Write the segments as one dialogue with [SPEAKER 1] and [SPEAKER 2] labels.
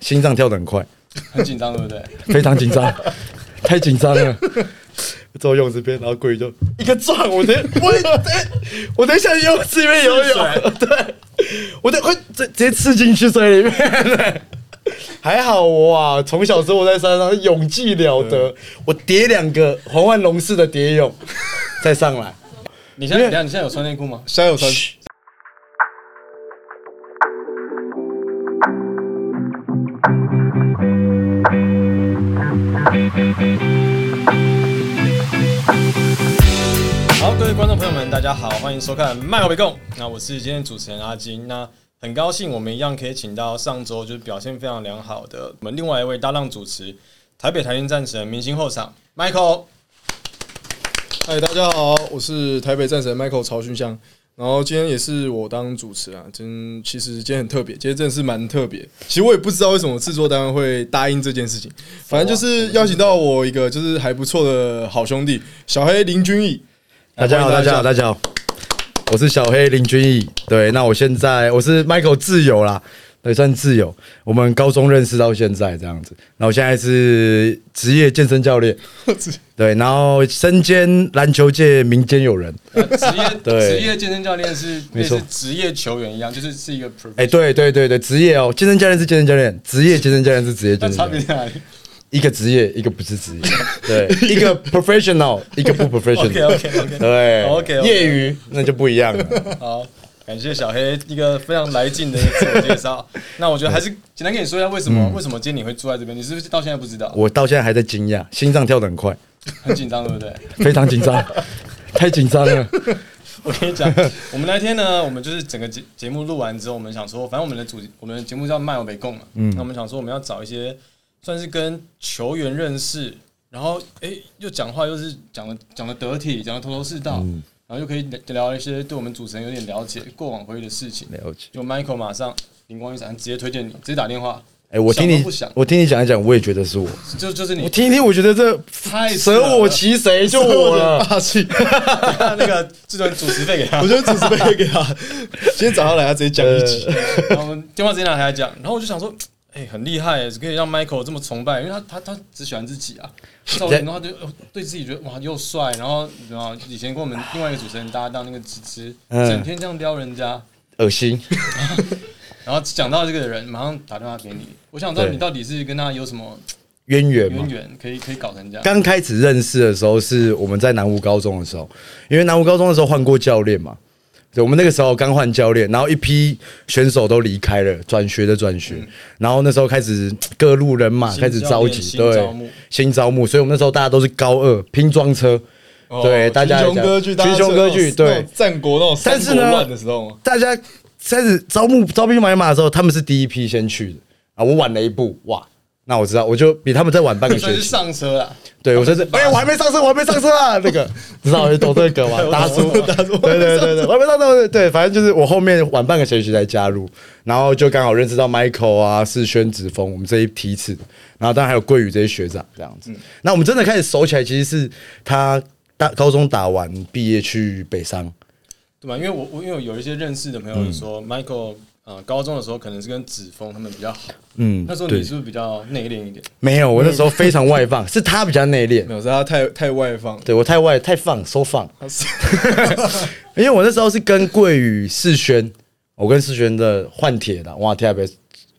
[SPEAKER 1] 心脏跳得很快，
[SPEAKER 2] 很紧张，对不对？
[SPEAKER 1] 非常紧 张，太紧张了。走泳池边，然后桂鱼就一个撞，我等我等我等一下游泳池里面游泳，对，我等会直直接刺进去水里面。 对还好我啊，从小生活在山上，泳技了得。我叠两个黄万龙式的叠泳，再上来。
[SPEAKER 2] 你现在，等一下你现在有穿内裤吗？
[SPEAKER 3] 现在有穿，
[SPEAKER 2] 好，各位观众朋友们，大家好，欢迎收看《麦克北共》。那我是今天的主持人阿金。那很高兴，我们一样可以请到上周就是表现非常良好的我们另外一位搭档主持，台北台军战神明星后场 Michael。
[SPEAKER 3] 嗨，大家好，我是台北战神 Michael 曹勋香。然后今天也是我当主持啊，真其实今天很特别，今天真的是蛮特别。其实我也不知道为什么制作单位会答应这件事情，反正就是邀请到我一个就是还不错的好兄弟小黑林君毅。
[SPEAKER 1] 大家好，大家好，大家好，我是小黑林君毅。对，那我现在我是 Michael 挚友啦，对，算挚友。我们高中认识到现在这样子，那我现在是职业健身教 练，对，然后身兼篮球界民间友人。
[SPEAKER 2] 呃职 业
[SPEAKER 1] 对
[SPEAKER 2] 职业健身教练是类
[SPEAKER 1] 没错
[SPEAKER 2] 似职业球员一样，就是是一个 pro。
[SPEAKER 1] 哎、对对对对，职业哦，健身教练是健身教练，职业健身教练是职业
[SPEAKER 2] 那
[SPEAKER 1] 健身
[SPEAKER 2] 差
[SPEAKER 1] 教
[SPEAKER 2] 别
[SPEAKER 1] 练，
[SPEAKER 2] 在哪里
[SPEAKER 1] 一个职业，一个不是职业，对， 一个 professional，一个不
[SPEAKER 2] ？OK
[SPEAKER 1] professional，
[SPEAKER 2] OK OK，
[SPEAKER 1] 对
[SPEAKER 2] OK，OK
[SPEAKER 1] 业余那就不一样了。
[SPEAKER 2] 好，感谢小黑一个非常来劲的一个自我介 绍。那我觉得还是简单跟你说一下为什么、为什么今天你会坐在这边，你是不是到现在不 知道？
[SPEAKER 1] 我到现在还在惊讶，心脏跳得很快。
[SPEAKER 2] 很紧张，对不对？
[SPEAKER 1] 非常紧 张，太紧张了。
[SPEAKER 2] 我跟你讲，我们那天呢，我们就是整个节节目录完之后，我们想说，反正我们的主我们的节目叫麦有北共嘛，
[SPEAKER 1] 嗯
[SPEAKER 2] 那我们想说我们要找一些算是跟球员认识，然后诶又讲话又是讲的讲的得体，讲的头头是道，
[SPEAKER 1] 嗯
[SPEAKER 2] 然后又可以聊聊一些对我们主持人有点了解、过往回忆的事情。
[SPEAKER 1] 了解。
[SPEAKER 2] 就 Michael 马上灵光一闪，直接推荐你，直接打电话。
[SPEAKER 1] 哎、我听
[SPEAKER 2] 想
[SPEAKER 1] 你
[SPEAKER 2] 都不想，
[SPEAKER 1] 我听你讲一讲，我也觉得是我。
[SPEAKER 2] 就就是你
[SPEAKER 1] 我，听一听，我觉得这
[SPEAKER 2] 太扯了
[SPEAKER 1] 舍我其谁，就我 了。
[SPEAKER 3] 霸气！
[SPEAKER 2] 那那个制作人主持费给他
[SPEAKER 3] 我，觉得主持人给他， 今天早上来他直接讲一集，哎
[SPEAKER 2] 然后我们电话直接拿给他讲，然后我就想说，哎、很厉害耶，可以让 Michael 这么崇拜，因为他他他只喜欢自己啊。赵云的话就哦对自己觉得哇又帅，然后然后以前跟我们另外一个主持人搭档那个芝芝，
[SPEAKER 1] 嗯
[SPEAKER 2] 整天这样撩人家，
[SPEAKER 1] 恶心。
[SPEAKER 2] 然后讲到这个人，马上打电话给你。我想知道
[SPEAKER 1] 对
[SPEAKER 2] 你到底是跟他有什么
[SPEAKER 1] 渊源嘛
[SPEAKER 2] 渊。源，可以可以搞成这样。
[SPEAKER 1] 刚开始认识的时候是我们在南吴高中的时候，因为南吴高中的时候换过教练嘛。对，我们那个时候刚换教练，然后一批选手都离开了，转学的转学，
[SPEAKER 3] 嗯
[SPEAKER 1] 然后那时候开始嗯各路人马
[SPEAKER 2] 新
[SPEAKER 1] 开始召集，
[SPEAKER 2] 教练新招募
[SPEAKER 1] 对，新招募，所以我们那时候大家都是高二拼装车，对，大家
[SPEAKER 3] 哦群雄割据，大家
[SPEAKER 1] 哎群雄割据，
[SPEAKER 3] 是那种那
[SPEAKER 1] 对
[SPEAKER 3] 种，战国那种三
[SPEAKER 1] 但是
[SPEAKER 3] 国
[SPEAKER 1] 呢
[SPEAKER 3] 乱的时候嘛，
[SPEAKER 1] 大家开始招募招兵买马的时候，他们是第一批先去的啊，我晚了一步，哇，那我知道，我就比他们再晚半个
[SPEAKER 2] 所以
[SPEAKER 1] 学
[SPEAKER 2] 是
[SPEAKER 1] 期。
[SPEAKER 2] 上车啦，
[SPEAKER 1] 对，我说是，哎、我还没上车，我还没上车 啊！那个，你知道我懂这个梗吗？达 叔，达叔，对对对对，我还没上车，对，反正就是我后面晚半个学期才加入，然后就刚好认识到 Michael 啊、世轩、子峰，我们这一批次的，然后当然还有桂宇这些学长这样子。那我们真的开始熟起来，其实是他大高中打完毕业去北商，
[SPEAKER 2] 对吧？因为我我因为我有一些认识的朋
[SPEAKER 1] 嗯
[SPEAKER 2] 友说、Michael 呃高中的时候可能是跟子枫他们比较好，
[SPEAKER 1] 嗯，
[SPEAKER 2] 那时候
[SPEAKER 1] 对
[SPEAKER 2] 你是不是比较内敛一点？
[SPEAKER 1] 没有，我那时候非常外放，是他比较内敛
[SPEAKER 3] 没。有，是他太太 外放，
[SPEAKER 1] 对我太外太放收放，
[SPEAKER 3] 他是
[SPEAKER 1] 因为我那时候是跟桂宇世轩，我跟世轩的换铁的，哇，天啊，别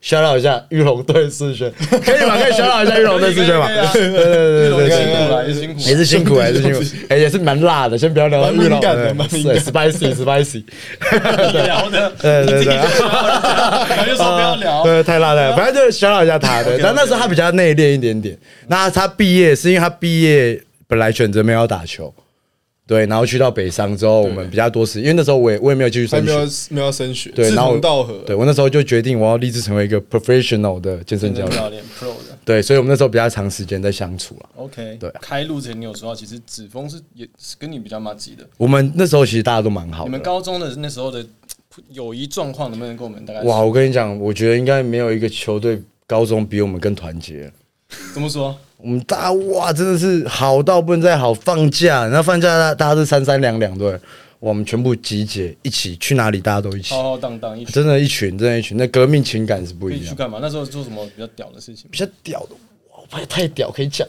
[SPEAKER 1] 小扰一下玉龙对世轩，可以吗？可以小扰一下玉龙对世轩吗？
[SPEAKER 2] 可以啊对对
[SPEAKER 3] 对
[SPEAKER 2] 辛苦了，也辛苦
[SPEAKER 1] 也
[SPEAKER 2] 了。
[SPEAKER 1] 是辛苦，也是辛苦，哎，也是蛮辣的，先不要聊
[SPEAKER 3] 蛮
[SPEAKER 1] 玉龙
[SPEAKER 3] 敏感的蛮敏感的
[SPEAKER 1] ，spicy spicy，
[SPEAKER 2] 你聊的，
[SPEAKER 1] 对 对对。
[SPEAKER 2] 然后就说不要聊。
[SPEAKER 1] 呃对，太辣了，反正就是小扰一下他。对，但那时候他比较内敛一点点。那他毕业是因为他毕业本来选择没有打球，对，然后去到北商之后，我们比较多时，因为那时候我也我也没有继续
[SPEAKER 3] 还
[SPEAKER 1] 升
[SPEAKER 3] 没
[SPEAKER 1] 学
[SPEAKER 3] 有，没有要升学，
[SPEAKER 1] 对，
[SPEAKER 3] 志
[SPEAKER 1] 然后
[SPEAKER 3] 同道合，
[SPEAKER 1] 对我那时候就决定我要立志成为一个 professional 的健身教练。
[SPEAKER 2] 教练 Pro 的
[SPEAKER 1] 对，所以我们那时候比较长时间在相处啊了。
[SPEAKER 2] ，OK。
[SPEAKER 1] 对
[SPEAKER 2] 开录之前你有说到，其实子枫是也是跟你比较麻吉的。
[SPEAKER 1] 我们那时候其实大家都蛮好
[SPEAKER 2] 你们
[SPEAKER 1] 的。
[SPEAKER 2] 高中的那时候的友谊状况，能不能跟我们大概？
[SPEAKER 1] 哇，，我跟你讲，我觉得应该没有一个球队高中比我们更团结啊了。
[SPEAKER 2] 怎么说？
[SPEAKER 1] 我们大家哇，真的是好到不能再好，放假，然后放假大家大家是三三两两对，我们全部集结一起去哪里，大家都一起，
[SPEAKER 3] 哦
[SPEAKER 2] 浩浩荡荡一群，
[SPEAKER 1] 真的，一群，真的，一群，那革命情感是不
[SPEAKER 2] 可以
[SPEAKER 1] 一
[SPEAKER 2] 去
[SPEAKER 1] 样。
[SPEAKER 2] 干嘛？那时候做什么比较屌的事情？
[SPEAKER 1] 比较屌的，我怕太屌可以 讲。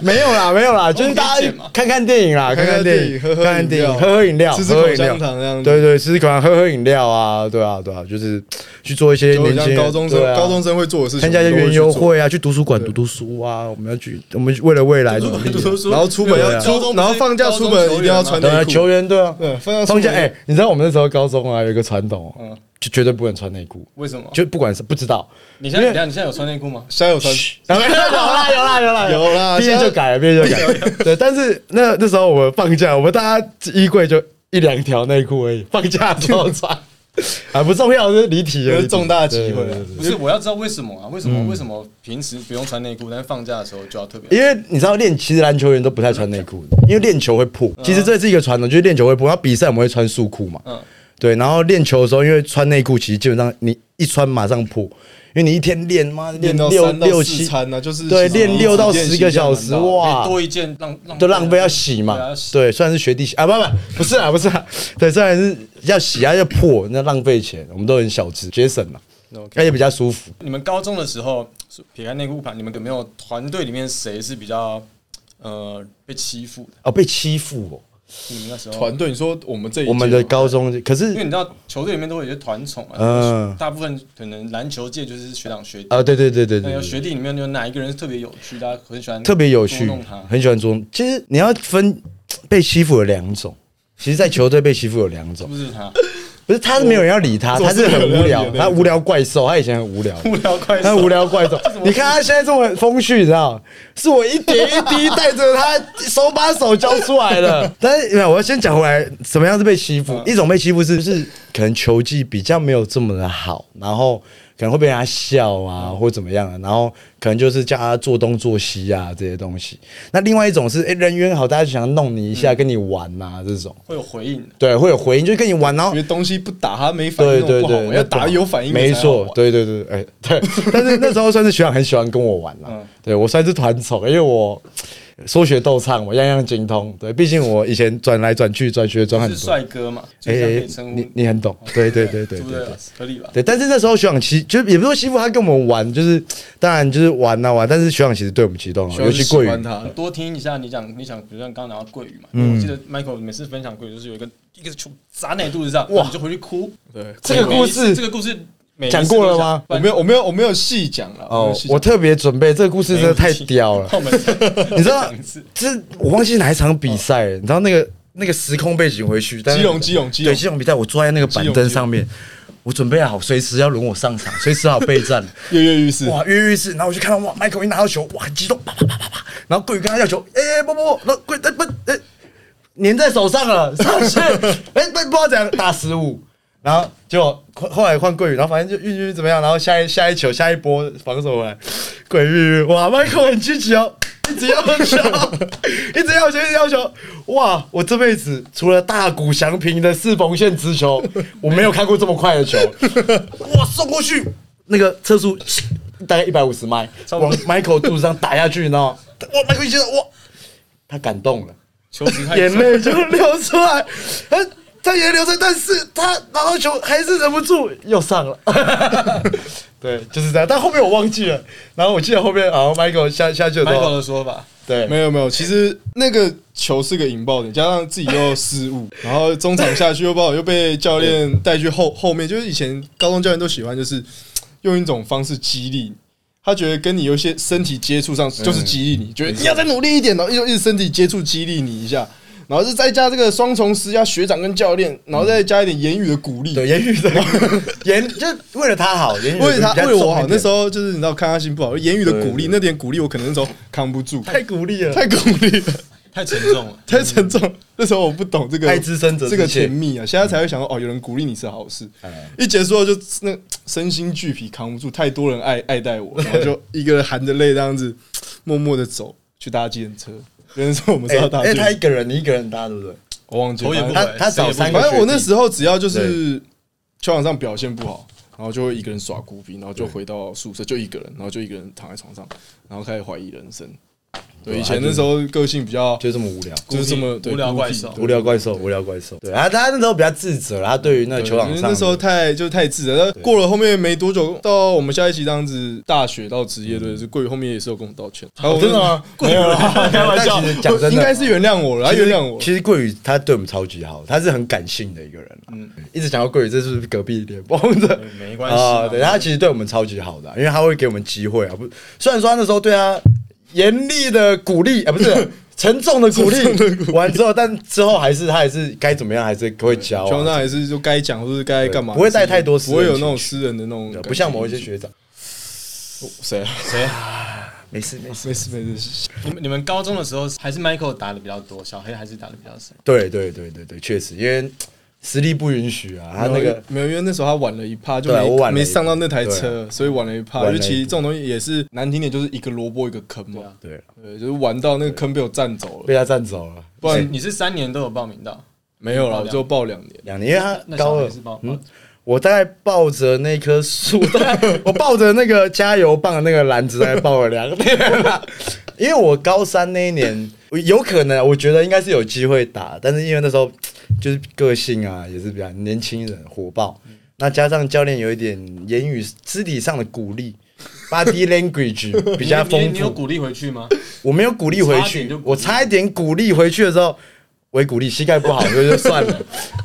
[SPEAKER 1] 没有啦，没有
[SPEAKER 3] 哦
[SPEAKER 1] 啦，就是大
[SPEAKER 2] 可以
[SPEAKER 1] 家
[SPEAKER 2] 剪吗
[SPEAKER 1] 看看电影啦，看
[SPEAKER 3] 看
[SPEAKER 1] 看
[SPEAKER 3] 看
[SPEAKER 1] 电
[SPEAKER 3] 电
[SPEAKER 1] 影，
[SPEAKER 3] 影
[SPEAKER 1] 看
[SPEAKER 3] 喝喝
[SPEAKER 1] 看电
[SPEAKER 3] 饮
[SPEAKER 1] 影，
[SPEAKER 3] 料
[SPEAKER 1] 喝喝饮料，
[SPEAKER 3] 吃吃
[SPEAKER 1] 喝喝饮
[SPEAKER 3] 口香
[SPEAKER 1] 料
[SPEAKER 3] 糖这样子
[SPEAKER 1] 对对，吃吃口香，喝喝饮料啊，对啊对啊，就是去做一些
[SPEAKER 3] 就
[SPEAKER 1] 年轻
[SPEAKER 3] 像
[SPEAKER 1] 人
[SPEAKER 3] 高中生
[SPEAKER 1] 对啊
[SPEAKER 3] 高中生会做的事情，
[SPEAKER 1] 参加一些
[SPEAKER 3] 我们都
[SPEAKER 1] 园
[SPEAKER 3] 去
[SPEAKER 1] 游
[SPEAKER 3] 做。
[SPEAKER 1] 会啊，去图书馆读读书啊，我们要去，我们为了未来努力啊。
[SPEAKER 3] 然后出门要
[SPEAKER 2] 高中不是
[SPEAKER 3] 然后放假出门一定要穿
[SPEAKER 1] 对
[SPEAKER 3] 内
[SPEAKER 1] 啊，
[SPEAKER 3] 裤
[SPEAKER 1] 球员对啊，
[SPEAKER 3] 对放假出
[SPEAKER 1] 放假
[SPEAKER 3] 门
[SPEAKER 1] 哎、你知道我们那时候高中啊有一个传统、哦，
[SPEAKER 2] 嗯
[SPEAKER 1] 就绝对不能穿内裤，
[SPEAKER 2] 为什么？
[SPEAKER 1] 就不管是不知道，
[SPEAKER 2] 你现在，你现在有穿内裤吗？
[SPEAKER 3] 现在有 穿，
[SPEAKER 1] 有啦有啦有啦
[SPEAKER 3] 有啦
[SPEAKER 1] 毕业就改了，毕业就改了。对，但是那那时候我们放假，我们大家衣柜就一两条内裤而已，放假之后穿， 啊不重要，是离题
[SPEAKER 3] 有
[SPEAKER 1] 了，
[SPEAKER 3] 重大机会
[SPEAKER 1] 对对
[SPEAKER 3] 啊
[SPEAKER 1] 对！
[SPEAKER 2] 不是，我要知道为什么啊？为什
[SPEAKER 1] 嗯
[SPEAKER 2] 么？为什么平时不用穿内裤，但是放假的时候就要特别？
[SPEAKER 1] 因为你知道练，其实篮球员都不太穿内裤的，因为练球会破。其实这是一个传统，就是练球会破。然后比赛我们会穿束裤嘛，
[SPEAKER 2] 嗯
[SPEAKER 1] 对。然后练球的时候，因为穿内裤，其实基本上你一穿马上破，因为你一天练妈
[SPEAKER 3] 练到
[SPEAKER 1] 六
[SPEAKER 3] 三到
[SPEAKER 1] 六
[SPEAKER 3] 四
[SPEAKER 1] 七
[SPEAKER 3] 餐啊就是
[SPEAKER 1] 对
[SPEAKER 3] 其实
[SPEAKER 1] 练六到
[SPEAKER 3] 练习
[SPEAKER 1] 十个小时
[SPEAKER 3] 量蛮大的
[SPEAKER 1] 哇，
[SPEAKER 2] 多一件浪浪
[SPEAKER 1] 就浪费要洗嘛
[SPEAKER 2] 哎对啊要，洗
[SPEAKER 1] 对，虽然是学弟洗啊，不不不是啊，不是啊，对，虽然是要洗啊，要破，那浪费钱，我们都很小资，节省嘛，
[SPEAKER 2] OK
[SPEAKER 1] 而且比较舒服。
[SPEAKER 2] 你们高中的时候，撇开内裤盘，你们有没有团队里面谁是比较呃被欺负的？
[SPEAKER 1] 哦，被欺负哦，
[SPEAKER 2] 你们那时候
[SPEAKER 3] 团队，你说我们这一届哦
[SPEAKER 1] 我们的
[SPEAKER 3] 吗
[SPEAKER 1] 高中可是
[SPEAKER 2] 因为你知道球队里面都会有一些团宠啊，
[SPEAKER 1] 嗯
[SPEAKER 2] 大部分可能篮球界就是学长学弟，
[SPEAKER 1] 啊，对对对对
[SPEAKER 2] 那
[SPEAKER 1] 对
[SPEAKER 2] 哎有
[SPEAKER 1] 对，
[SPEAKER 2] 学弟里面有哪一个人是特别有趣，大家很喜欢
[SPEAKER 1] 特别有趣
[SPEAKER 2] 捉弄他，。
[SPEAKER 1] 很喜欢捉弄。其实你要分被欺负有两种，其实，在球队被欺负有两
[SPEAKER 2] 是
[SPEAKER 1] 种，
[SPEAKER 2] 不是他？
[SPEAKER 1] 不是他是没有人要理他，他
[SPEAKER 3] 总是
[SPEAKER 1] 是很
[SPEAKER 3] 有人
[SPEAKER 1] 无
[SPEAKER 3] 要
[SPEAKER 1] 聊
[SPEAKER 3] 理，的
[SPEAKER 1] 他无聊怪兽，他以前很无聊，
[SPEAKER 2] 无聊快
[SPEAKER 1] 他
[SPEAKER 2] 手，
[SPEAKER 1] 无聊怪兽。你看他现在这么风趣，你知道吗？是我一点一滴带着他手把手教出来 的。但是没有，我要先讲回来，怎么样是被欺负？一种被欺负是就是可能球技比较没有这么的好，然后可能会被人家笑啊，或怎么样啊，然后可能就是叫他做东做西啊这些东西。那另外一种是，哎、人缘好，大家就想弄你一下，跟你玩啊这种。
[SPEAKER 2] 会有回应的。
[SPEAKER 1] 对，会有回应，就跟你玩，然后
[SPEAKER 3] 因为东西不打他没反
[SPEAKER 1] 对
[SPEAKER 3] 应，
[SPEAKER 1] 对
[SPEAKER 3] 不好玩
[SPEAKER 1] 对，
[SPEAKER 3] 要
[SPEAKER 1] 那不
[SPEAKER 3] 打
[SPEAKER 1] 好
[SPEAKER 3] 有反应，
[SPEAKER 1] 没错，。对对对，哎、对。但是那时候算是学长很喜欢跟我玩啦，
[SPEAKER 2] 嗯
[SPEAKER 1] 对我算是团宠，因为我说学逗唱，我样样精通。对，毕竟我以前转来转去，转学转很
[SPEAKER 2] 是
[SPEAKER 1] 多。哎
[SPEAKER 2] 帅哥嘛，就这样可以称呼
[SPEAKER 1] 你，你很懂，对对对对
[SPEAKER 2] 对不
[SPEAKER 1] 对
[SPEAKER 2] 对
[SPEAKER 1] 对。？
[SPEAKER 2] 合理吧？
[SPEAKER 1] 对，但是那时候学长其实就也不是说欺负他，跟我们玩，就是当然就是玩啊玩，但是学长其实对我们其实都很好，尤其
[SPEAKER 3] 喜
[SPEAKER 1] 桂
[SPEAKER 3] 欢
[SPEAKER 1] 宇，
[SPEAKER 3] 他，
[SPEAKER 2] 啊多听一下你讲，你讲，比如像刚刚拿到桂鱼嘛，
[SPEAKER 1] 嗯
[SPEAKER 2] 因为我记得 Michael 每次分享桂鱼，就是有一个一个球砸在你肚子上，哇，你就回去哭。
[SPEAKER 3] 对，
[SPEAKER 1] 这个故
[SPEAKER 2] 每一次
[SPEAKER 1] 事
[SPEAKER 2] 这个故事每一次
[SPEAKER 1] 讲过了
[SPEAKER 2] 都
[SPEAKER 1] 吗
[SPEAKER 3] 我
[SPEAKER 2] 讲
[SPEAKER 3] 没有，我没有，我没有细讲了。没
[SPEAKER 1] 哦
[SPEAKER 3] 有细，讲
[SPEAKER 1] 我特别准备这个故事真的太屌了
[SPEAKER 2] 那，我们
[SPEAKER 1] 你知道
[SPEAKER 2] 讲一次，
[SPEAKER 1] 这我忘记哪一场比赛了，你知道那个那个时空背景回去，但是
[SPEAKER 3] 哦基隆基隆基隆
[SPEAKER 1] 对基隆比赛，我坐在那个板凳上面，我准备好随时要轮我上场， 随时好备战。
[SPEAKER 3] 跃跃欲试，
[SPEAKER 1] 哇，跃跃欲试，然后我就看到哇，Michael 一拿到球，哇，很激动，啪啪啪啪啪，然后桂宇跟他要球，哎、欸，波波，那桂哎不哎，粘在手上了，上去，哎、不不知道怎样打失误，然后结果后后来换桂宇，然后反正就运运怎么样，然后下一下一球下一波防守回来，桂宇哇，Michael 很积极哦。一直要球， 一直要球，一直要球！哇，我这辈子除了大谷翔平的四缝线直球，我没有看过这么快的球。哇，送过去，那个车速大概一百五十迈，
[SPEAKER 2] 差不多
[SPEAKER 1] 往 Michael 肚子上打下去，你知道吗？哇，Michael 一接到，哇，他感动了，
[SPEAKER 2] 球时太
[SPEAKER 1] 眼泪哦就流出来，他他眼泪流出来，但是他拿到球还是忍不住又上了。 对，就是这样。但后面我忘记了，然后我记得后面好像 Michael 下下去的时
[SPEAKER 2] Michael
[SPEAKER 1] 候，
[SPEAKER 2] 的说法，
[SPEAKER 1] 对，
[SPEAKER 3] 没有没有，其实那个球是个引爆点，加上自己又失 误，然后中场下去又不好，又被教练带去后后面，就是以前高中教练都喜欢就是用一种方式激励你。他觉得跟你有一些身体接触
[SPEAKER 1] 嗯
[SPEAKER 3] 上就是激励你，觉得你要再努力一点，然后用一直身体接触激励你一下，然后是再加这个双重施压，学长跟教练，然后再加一点言语的鼓励，
[SPEAKER 1] 对，言语的言就是为了他好，言语
[SPEAKER 3] 为他为我好。那时
[SPEAKER 1] 候
[SPEAKER 3] 候就是你知道抗压性不好，言语的鼓
[SPEAKER 1] 对对
[SPEAKER 3] 励
[SPEAKER 1] 对
[SPEAKER 3] 那点鼓励我可能那时候扛不住，
[SPEAKER 1] 太鼓励了，
[SPEAKER 3] 太鼓励 了。
[SPEAKER 2] 太沉重了。
[SPEAKER 3] 太沉重。那时候我不懂这个
[SPEAKER 1] 爱之深责之
[SPEAKER 3] 这个
[SPEAKER 1] 切嗯
[SPEAKER 3] 甜蜜啊，现在才会想到哦，有人鼓励你是好事。一结束后就那身心俱疲，扛不住，太多人爱爱 戴我，然后就一个人含着泪这样子默默的走去搭计程车。别人说我们是
[SPEAKER 1] 哎
[SPEAKER 3] 要搭计
[SPEAKER 1] 哎，
[SPEAKER 3] 程
[SPEAKER 1] 他一
[SPEAKER 3] 车，
[SPEAKER 1] 个人，你一个人搭，对不对？
[SPEAKER 3] 我忘记
[SPEAKER 2] 头也不
[SPEAKER 3] 了。
[SPEAKER 2] 回，
[SPEAKER 1] 他他
[SPEAKER 2] 谁也
[SPEAKER 1] 找三
[SPEAKER 2] 不
[SPEAKER 1] 个
[SPEAKER 2] 回
[SPEAKER 3] 反
[SPEAKER 1] 学
[SPEAKER 3] 正我那时候只要就是球场上表现不好，然后就会一个人耍孤僻，然后就回到宿舍就一个人，然后就一个人躺在床上，然后开始怀疑人生。对，以前那时候个性比较
[SPEAKER 1] 啊就这么无聊，
[SPEAKER 3] 就是这么对
[SPEAKER 2] 无聊
[SPEAKER 3] 孤僻
[SPEAKER 2] 怪兽
[SPEAKER 1] 无聊怪兽，无聊怪兽。对啊，他那时候比较自责啦，对于那个球场
[SPEAKER 3] 因为
[SPEAKER 1] 上
[SPEAKER 3] 那时候太就是太自然，但过了后面没多久，到我们下一期这样子大学到职业队，是桂宇后面也是有跟我道歉，然
[SPEAKER 1] 嗯
[SPEAKER 3] 后
[SPEAKER 1] 哦真的 吗？
[SPEAKER 3] 没有
[SPEAKER 2] 啊
[SPEAKER 3] 啦，开玩 笑
[SPEAKER 1] 但其实讲真，的
[SPEAKER 3] 应该是原谅我了，他
[SPEAKER 1] 其实
[SPEAKER 3] 原谅我。
[SPEAKER 1] 其实桂宇他对我们超级好，他是很感性的一个人啦。嗯，一直讲到桂宇，这是不是隔壁脸帮着？
[SPEAKER 2] 没关系嘛
[SPEAKER 1] 啊对他其实对我们超级好的啊，因为他会给我们机会啊。不，虽然说他那时候对他严厉的鼓励啊，不 是沉重的鼓励，完之后，但之后还是他还是该怎么样，还是会教啊。
[SPEAKER 3] 球上还是就该讲或是该干嘛，
[SPEAKER 1] 对不会带太多私
[SPEAKER 3] 不
[SPEAKER 1] 人
[SPEAKER 3] 会有那种私人的那种
[SPEAKER 1] 对
[SPEAKER 3] 感觉，
[SPEAKER 1] 不像某一些学长，
[SPEAKER 3] 谁啊，
[SPEAKER 2] 谁啊？
[SPEAKER 1] 没事没事。
[SPEAKER 3] 没事没事，
[SPEAKER 2] 你们你们高中的时候还是 Michael 打的比较多，小黑还是打的比较少。
[SPEAKER 1] 对对对对对，确实，因为实力不允许啊，他那个
[SPEAKER 3] 没有，因为那时候他晚了一趴，就
[SPEAKER 1] 对啊我
[SPEAKER 3] 没
[SPEAKER 1] 晚了一
[SPEAKER 3] 没
[SPEAKER 1] 趴
[SPEAKER 3] 上到那台
[SPEAKER 1] 对啊
[SPEAKER 3] 车，所以晚了一趴。
[SPEAKER 1] 晚了一
[SPEAKER 3] 因为
[SPEAKER 1] 步
[SPEAKER 3] 其实这种东西也是难听点，就是一个萝卜一个坑嘛，
[SPEAKER 1] 对啊了
[SPEAKER 3] 对，就是玩到那个坑被我占走了，
[SPEAKER 1] 被他占走了。
[SPEAKER 3] 不然
[SPEAKER 2] 你是三年都有报名到，
[SPEAKER 3] 没有了，
[SPEAKER 2] 爆
[SPEAKER 3] 我
[SPEAKER 2] 两
[SPEAKER 3] 就报两年。
[SPEAKER 1] 两年，因为他
[SPEAKER 2] 那
[SPEAKER 1] 高
[SPEAKER 2] 小
[SPEAKER 1] 二
[SPEAKER 2] 黑是报，哦
[SPEAKER 1] 嗯
[SPEAKER 2] 报，
[SPEAKER 1] 我大概抱着那棵树，大概我抱着那个加油棒的那个篮子，大概抱了两年了。因为我高三那一年，我有可能我觉得应该是有机会打，但是因为那时候就是个性啊，也是比较年轻人火爆，那加上教练有一点言语肢体上的鼓励，body language 比较
[SPEAKER 2] 你你
[SPEAKER 1] 丰
[SPEAKER 2] 你有
[SPEAKER 1] 富。
[SPEAKER 2] 鼓励回去吗？
[SPEAKER 1] 我没有鼓励回去
[SPEAKER 2] 你差点就鼓，励
[SPEAKER 1] 我差一点鼓励回去的时候，我也鼓励膝盖不好，所以就算 了。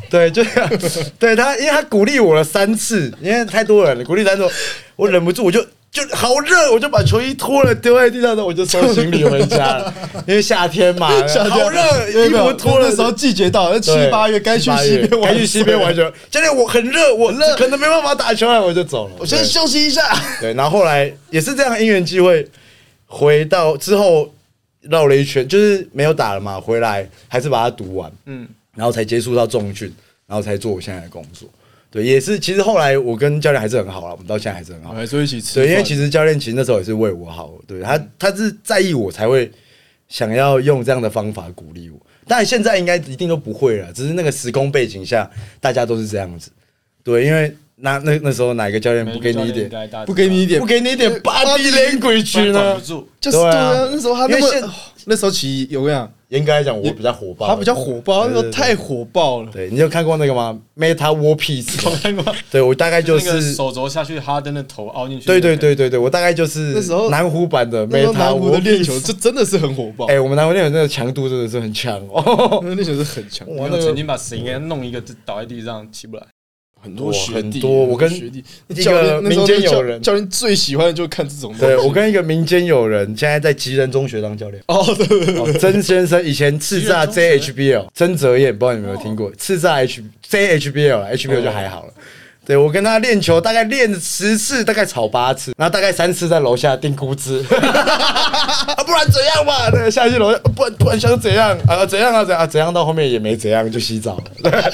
[SPEAKER 1] 对，就 对他，因为他鼓励我了三次，因为太多人了，鼓励三次，我忍不住，我就就好热，我就把球衣脱了丢在地上，然后我就收行李回家 了，因为夏天嘛，
[SPEAKER 3] 夏天
[SPEAKER 1] 啊好热，衣服脱了
[SPEAKER 3] 的时候季节到了，那七
[SPEAKER 1] 对
[SPEAKER 3] 八月该去
[SPEAKER 1] 七八
[SPEAKER 3] 西边玩，
[SPEAKER 1] 该去西边玩。球。教练，我很热，我热，可能没办法打球了，我就走了。
[SPEAKER 3] 我先
[SPEAKER 1] 对
[SPEAKER 3] 休息一下。
[SPEAKER 1] 对，然后后来也是这样的因缘机会，回到之后绕了一圈，就是没有打了嘛，回来还是把它读完，
[SPEAKER 2] 嗯，
[SPEAKER 1] 然后才接触到重训，然后才做我现在的工作。对，也是其实后来我跟教练还是很好了，我们到现在还是很
[SPEAKER 3] 我
[SPEAKER 1] 好。
[SPEAKER 3] 还说一起吃饭，
[SPEAKER 1] 对，因为其实教练其实那时候也是为我好，对他
[SPEAKER 3] 嗯
[SPEAKER 1] 他是在意我才会想要用这样的方法鼓励我。当然现在应该一定都不会了，只是那个时空背景下大家都是这样子。对，因为那那那时候哪一个教练不给你一点？
[SPEAKER 3] 不给你一点
[SPEAKER 1] 不，给你一点巴地连鬼去
[SPEAKER 2] 管
[SPEAKER 1] 呢
[SPEAKER 2] 不？住。
[SPEAKER 3] 就是
[SPEAKER 1] 对
[SPEAKER 3] 对
[SPEAKER 1] 啊
[SPEAKER 3] 啊，那时候他那
[SPEAKER 1] 因为现
[SPEAKER 3] 么，那时候其实我跟你讲，
[SPEAKER 1] 严格来讲，我比较火爆，
[SPEAKER 3] 他比较火爆，那时候
[SPEAKER 1] 对对对
[SPEAKER 3] 太火爆了。
[SPEAKER 1] 对，你有看过那个吗？Meta War Piece，吗
[SPEAKER 2] 看过，
[SPEAKER 1] 对我大概就
[SPEAKER 2] 那个
[SPEAKER 1] 是，
[SPEAKER 2] 手肘下去，哈登的头凹进去。
[SPEAKER 1] 对对，对对对，我大概就是
[SPEAKER 3] 那时候
[SPEAKER 1] 南湖版的
[SPEAKER 3] 那时
[SPEAKER 1] Meta
[SPEAKER 3] 候南湖
[SPEAKER 1] War
[SPEAKER 3] 的练球
[SPEAKER 1] Piece。
[SPEAKER 3] 这真的是很火爆，
[SPEAKER 1] 哎，我们南湖练球那个强度真的是很强
[SPEAKER 3] 那
[SPEAKER 1] 哦，
[SPEAKER 3] 个练球是很强。
[SPEAKER 1] 我
[SPEAKER 2] 我
[SPEAKER 1] 那
[SPEAKER 2] 曾
[SPEAKER 1] 个
[SPEAKER 2] 经把谁给他弄一个倒在地上起不来。
[SPEAKER 3] 很多学弟，
[SPEAKER 1] 很多我跟
[SPEAKER 3] 学弟
[SPEAKER 1] 一个
[SPEAKER 3] 教练那时候
[SPEAKER 1] 民间
[SPEAKER 3] 教
[SPEAKER 1] 友人
[SPEAKER 3] 教练最喜欢的就是看这种东西。
[SPEAKER 1] 对我跟一个民间友人，现在在吉人中学当教练。
[SPEAKER 3] 哦，对对 对
[SPEAKER 1] 哦，曾先生以前叱咤
[SPEAKER 2] 吉人
[SPEAKER 1] JHBL，曾泽燕，不知道你们有没有听
[SPEAKER 3] 哦
[SPEAKER 1] 过？叱咤 H JHBL 啦，HBL 就还好了。对我跟他练球，大概练十次，大概吵八次，然后大概三次在楼下定估值， 啊，不然怎样嘛？对，下去楼下，不然不然想怎样啊？怎样啊？怎样、啊？怎样到后面也没怎样，就洗澡了， 对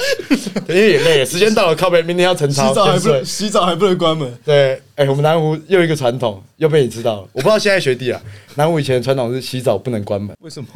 [SPEAKER 1] 因为也累了，时间到了，靠背，明天要晨操，
[SPEAKER 3] 洗澡还
[SPEAKER 1] 先
[SPEAKER 3] 不
[SPEAKER 1] 睡
[SPEAKER 3] 能洗澡还不能关门，
[SPEAKER 1] 对，哎、我们南湖又一个传统又被你知道了，我不知道现在学弟啊，南湖以前的传统是洗澡不能关门。
[SPEAKER 2] 为什么？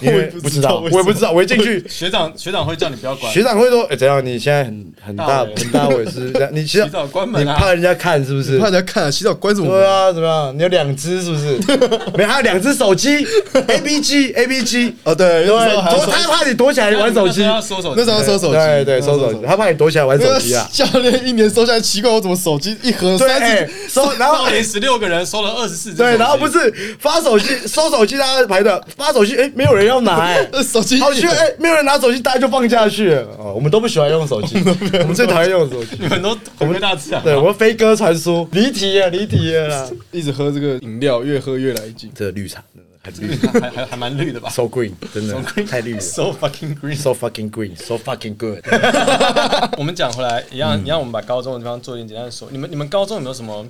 [SPEAKER 1] 因为
[SPEAKER 3] 我也
[SPEAKER 1] 不
[SPEAKER 3] 不
[SPEAKER 1] 知
[SPEAKER 3] 知
[SPEAKER 1] 道，
[SPEAKER 3] 道
[SPEAKER 1] 我也不知道，我一进 去，
[SPEAKER 2] 学长学长会叫你不要管
[SPEAKER 1] 学，长会说：“哎、怎样？你现在很很大
[SPEAKER 2] 大尾
[SPEAKER 1] 很大尾是不是？你洗
[SPEAKER 2] 洗澡关门
[SPEAKER 1] 你
[SPEAKER 2] 啊
[SPEAKER 1] 怕人家看是不是
[SPEAKER 3] 怕？人家看啊洗澡关什么
[SPEAKER 1] 对
[SPEAKER 3] 门？
[SPEAKER 1] 啊，怎么样？你有两只是不是？ 没有，还有两只手 机，A B G A B G，
[SPEAKER 3] 哦，对，那时
[SPEAKER 1] 对，
[SPEAKER 3] 候还要
[SPEAKER 1] 他
[SPEAKER 3] 收
[SPEAKER 1] 他怕你躲起来
[SPEAKER 2] 哎
[SPEAKER 1] 玩手机，
[SPEAKER 2] 要收手机
[SPEAKER 3] 那时。候要收手机，
[SPEAKER 1] 对对，
[SPEAKER 3] 那时候
[SPEAKER 1] 收
[SPEAKER 3] 要
[SPEAKER 1] 手机，他怕你躲起来玩手机啊。
[SPEAKER 3] 教练一年收下来，奇怪，我怎么手机一盒
[SPEAKER 1] 对，
[SPEAKER 3] 三
[SPEAKER 1] 哎
[SPEAKER 3] 十？
[SPEAKER 1] 收，然后
[SPEAKER 2] 少年十六个人收了二十四只手机，
[SPEAKER 1] 对，然后不是发手机 收手机，大家排的发手机，哎，没有人要拿， 哎。”
[SPEAKER 3] 呃手机一
[SPEAKER 1] 好奇怪，哎、没有人拿手机，大家就放下去了。哦，我们都不喜欢用手机，我们最讨厌用手机。
[SPEAKER 2] 你们都回归大自然。
[SPEAKER 1] 对，我们飞鸽传书，离题了，离题了啦。
[SPEAKER 3] 一直喝这个饮料，越喝越来劲。
[SPEAKER 1] 这绿茶真的很绿
[SPEAKER 2] 绿还还还蛮绿的吧
[SPEAKER 1] ，so green，真的 太绿了
[SPEAKER 2] ，so fucking green。
[SPEAKER 1] ，so fucking green，so fucking good。
[SPEAKER 2] 我们讲回来，一样，
[SPEAKER 3] 嗯
[SPEAKER 2] 一样，我们把高中的地方做一点简单的说。你们，你们高中有没有什么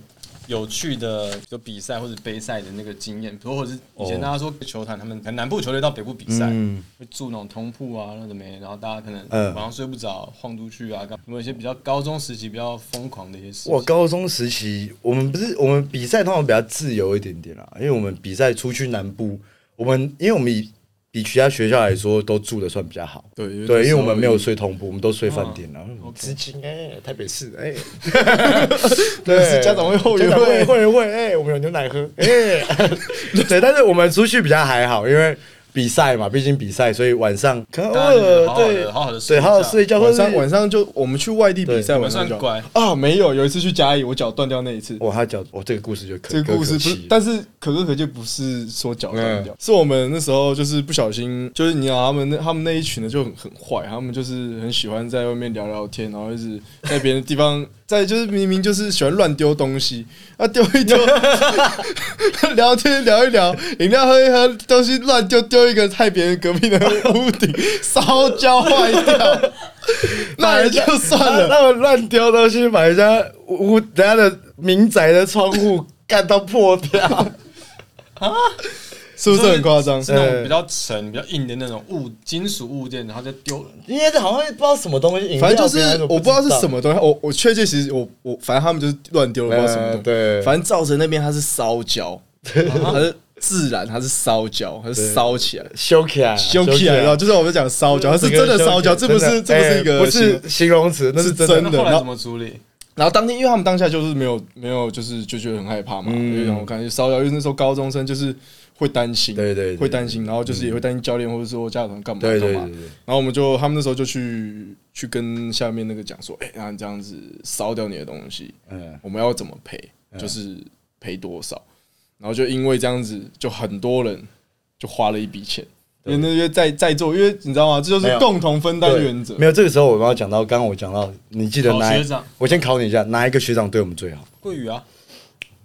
[SPEAKER 2] 有趣的，有比赛或者杯赛的那个经验？比如，或者是以前大家说
[SPEAKER 3] 哦
[SPEAKER 2] 球坛，他们可能南部球队到北部比赛，
[SPEAKER 3] 嗯
[SPEAKER 2] 会住那种通铺啊，那怎么样？然后大家可能
[SPEAKER 1] 嗯
[SPEAKER 2] 晚上睡不着，晃出去啊，干有没有一些比较高中时期比较疯狂的一些事
[SPEAKER 1] 我
[SPEAKER 2] 情？
[SPEAKER 1] 高中时期，我们不是我们比赛通常比较自由一点点啦，因为我们比赛出去南部，我们因为我们以比其他学校来说都住的算比较好。
[SPEAKER 3] 对因为
[SPEAKER 1] 对，因为
[SPEAKER 3] 那时候
[SPEAKER 1] 我们没有睡同铺，我们都睡饭店啊。
[SPEAKER 2] OK
[SPEAKER 1] 资金哎，台北市哎，
[SPEAKER 3] 是家长会后援会
[SPEAKER 1] 家长会后援会哎，我们有牛奶喝哎。 对，但是我们出去比较还好，因为比赛嘛，毕竟比赛，所以晚上可能偶
[SPEAKER 2] 大家就是
[SPEAKER 1] 尔
[SPEAKER 2] 好好
[SPEAKER 1] 对
[SPEAKER 2] 的好好的睡
[SPEAKER 1] 对
[SPEAKER 2] 一觉
[SPEAKER 1] 好好睡一觉，或
[SPEAKER 3] 晚
[SPEAKER 1] 者
[SPEAKER 3] 上晚上就我们去外地比赛，
[SPEAKER 1] 对
[SPEAKER 2] 你
[SPEAKER 3] 晚
[SPEAKER 2] 们
[SPEAKER 3] 上
[SPEAKER 2] 算
[SPEAKER 3] 就
[SPEAKER 2] 乖，
[SPEAKER 3] 啊，没有，有一次去嘉义，我脚断掉那一次。
[SPEAKER 1] 哇，哦他讲我这个故事就可
[SPEAKER 3] 这个故事不
[SPEAKER 1] 可
[SPEAKER 3] 是
[SPEAKER 1] 可惜，
[SPEAKER 3] 但是可可可就不是说脚断掉，是我们那时候就是不小心，就是你知道他们那他们那一群的就很很坏，他们就是很喜欢在外面聊聊天，然后一直在别的地方， 在就是明明就是喜欢乱丢东西，啊丢一丢， 聊天聊一聊，饮料喝一喝，东西乱丢丢一个，害别人隔壁的屋顶烧焦坏掉，那也就算了，
[SPEAKER 1] 他们乱丢东西，把人家屋人家的民宅的窗户干到破 掉。
[SPEAKER 3] 是不是很夸张？
[SPEAKER 2] 是那种比较沉、比较硬的那种物金属物件，然后再丢。
[SPEAKER 1] 应该是好像不知道什么东西，饮料
[SPEAKER 3] 反正就是
[SPEAKER 1] 还什么
[SPEAKER 3] 我不知道是什
[SPEAKER 1] 么，
[SPEAKER 3] 么东西，我我确切其实我我反正他们就是乱丢了，不知道什么东西。
[SPEAKER 1] 对
[SPEAKER 3] 反正造成那边它是烧焦， 它是自然，它是烧焦，它是烧起来，
[SPEAKER 1] 修起来，
[SPEAKER 3] 凶起来了。就是我们讲烧焦，它是真的烧焦，这不是这不是一个
[SPEAKER 1] 哎不
[SPEAKER 3] 形容
[SPEAKER 1] 是形容词，那
[SPEAKER 3] 是
[SPEAKER 1] 是
[SPEAKER 3] 真
[SPEAKER 1] 真
[SPEAKER 3] 的
[SPEAKER 2] 那后来
[SPEAKER 3] 然后
[SPEAKER 2] 怎么处理？
[SPEAKER 3] 然后当天，因为他们当下就是没有没有，就是就觉得很害怕嘛，
[SPEAKER 1] 嗯
[SPEAKER 3] 因为我感觉烧焦，因为那时候高中生就是会担心，
[SPEAKER 1] 对对对嗯
[SPEAKER 3] 会担心，然后就是也会担心教练或者说家长干嘛
[SPEAKER 1] 对
[SPEAKER 3] 干
[SPEAKER 1] 对
[SPEAKER 3] 嘛
[SPEAKER 1] 对对。
[SPEAKER 3] 然后我们就他们那时候就去去跟下面那个讲说，哎，那你这样子烧掉你的东西，
[SPEAKER 1] 嗯
[SPEAKER 3] 我们要怎么赔，就是赔多少。然后就因为这样子，就很多人就花了一笔钱，因为那因为在在座，因为你知道吗？这就
[SPEAKER 1] 没
[SPEAKER 3] 是
[SPEAKER 1] 有
[SPEAKER 3] 共同分担
[SPEAKER 1] 对
[SPEAKER 3] 原则
[SPEAKER 1] 没。有，这个时候我们要讲到，刚刚我讲到，你记得
[SPEAKER 2] 考
[SPEAKER 1] 哪一
[SPEAKER 2] 学长？
[SPEAKER 1] 我先考你一下，哪一个学长对我们最好？
[SPEAKER 2] 桂宇啊，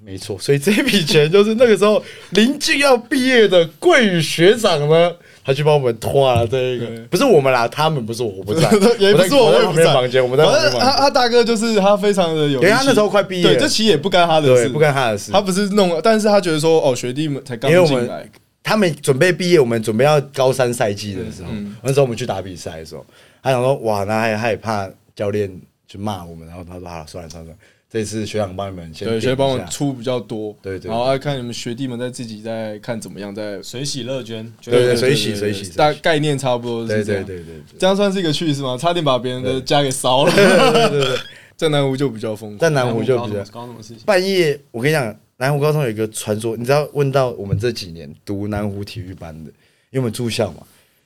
[SPEAKER 1] 没错，所以这笔钱就是那个时候临近要毕业的桂宇学长呢，他去帮我们拖了这一个
[SPEAKER 3] 对，，
[SPEAKER 1] 不是我们啦，他们不是我，我不在
[SPEAKER 3] 也不是我，
[SPEAKER 1] 在
[SPEAKER 3] 我也
[SPEAKER 1] 旁
[SPEAKER 3] 不
[SPEAKER 1] 边
[SPEAKER 3] 在
[SPEAKER 1] 房间，我们在旁
[SPEAKER 3] 反
[SPEAKER 1] 边房
[SPEAKER 3] 正啊他
[SPEAKER 1] 间，
[SPEAKER 3] 他大哥就是他非常的有
[SPEAKER 1] 因
[SPEAKER 3] 义气，
[SPEAKER 1] 为他那时候快毕业
[SPEAKER 3] 对，这
[SPEAKER 1] 了，
[SPEAKER 3] 其实也不干他的
[SPEAKER 1] 对，
[SPEAKER 3] 事，
[SPEAKER 1] 不干他的事，
[SPEAKER 3] 他不是弄，但是他觉得说哦，学弟们才刚
[SPEAKER 1] 因为我
[SPEAKER 3] 进
[SPEAKER 1] 们
[SPEAKER 3] 来，
[SPEAKER 1] 他们准备毕业，我们准备要高三赛季的时候，
[SPEAKER 3] 嗯
[SPEAKER 1] 那时候我们去打比赛的时候，他想说哇，那害害怕教练去骂我们，然后他说好了，算了算了，算了这次学长帮你们先
[SPEAKER 3] 对，
[SPEAKER 1] 顶
[SPEAKER 3] 学弟帮
[SPEAKER 1] 一
[SPEAKER 3] 我
[SPEAKER 1] 下
[SPEAKER 3] 出比较多，
[SPEAKER 1] 对对对
[SPEAKER 3] 然后啊看你们学弟们在自己在看怎么样，在
[SPEAKER 2] 水洗乐捐，觉
[SPEAKER 1] 对
[SPEAKER 2] 得
[SPEAKER 1] 对水洗水洗水洗
[SPEAKER 3] 大概念差不多
[SPEAKER 1] 对
[SPEAKER 3] 是这
[SPEAKER 1] 对
[SPEAKER 3] 样，
[SPEAKER 1] 对对对。
[SPEAKER 3] 这样算是一个趣事吗？差点把别人的家给烧了， 在南湖就比较疯狂，
[SPEAKER 1] 在南湖就比较
[SPEAKER 2] 搞什么搞什么事情？
[SPEAKER 1] 半夜，我跟你讲，南湖高中有一个传说，你知道问到我们这几年读南湖体育班的，因为我们住校嘛，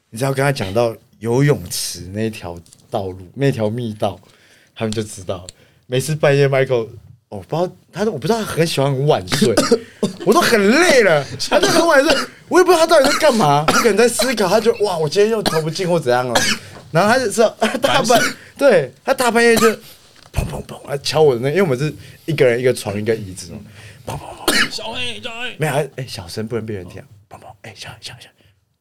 [SPEAKER 1] 你只要跟他讲到游泳池那条道路、那条密道，他们就知道了。每次半夜，Michael，哦，不知道他，我不知道他很喜欢很晚睡，我都很累了，他就很晚睡，我也不知道他到底在干嘛，他可能在思考，他就哇，我今天又投不进或怎样了，啊然后他就知道大半，对他大半夜就。砰砰砰啊！敲我的那，因为我们是一个人一个床一个椅子，砰砰砰，
[SPEAKER 2] 小 A 小 A，
[SPEAKER 1] 没有，哎、哎小声不能被人听啊，砰砰，哎、小小小，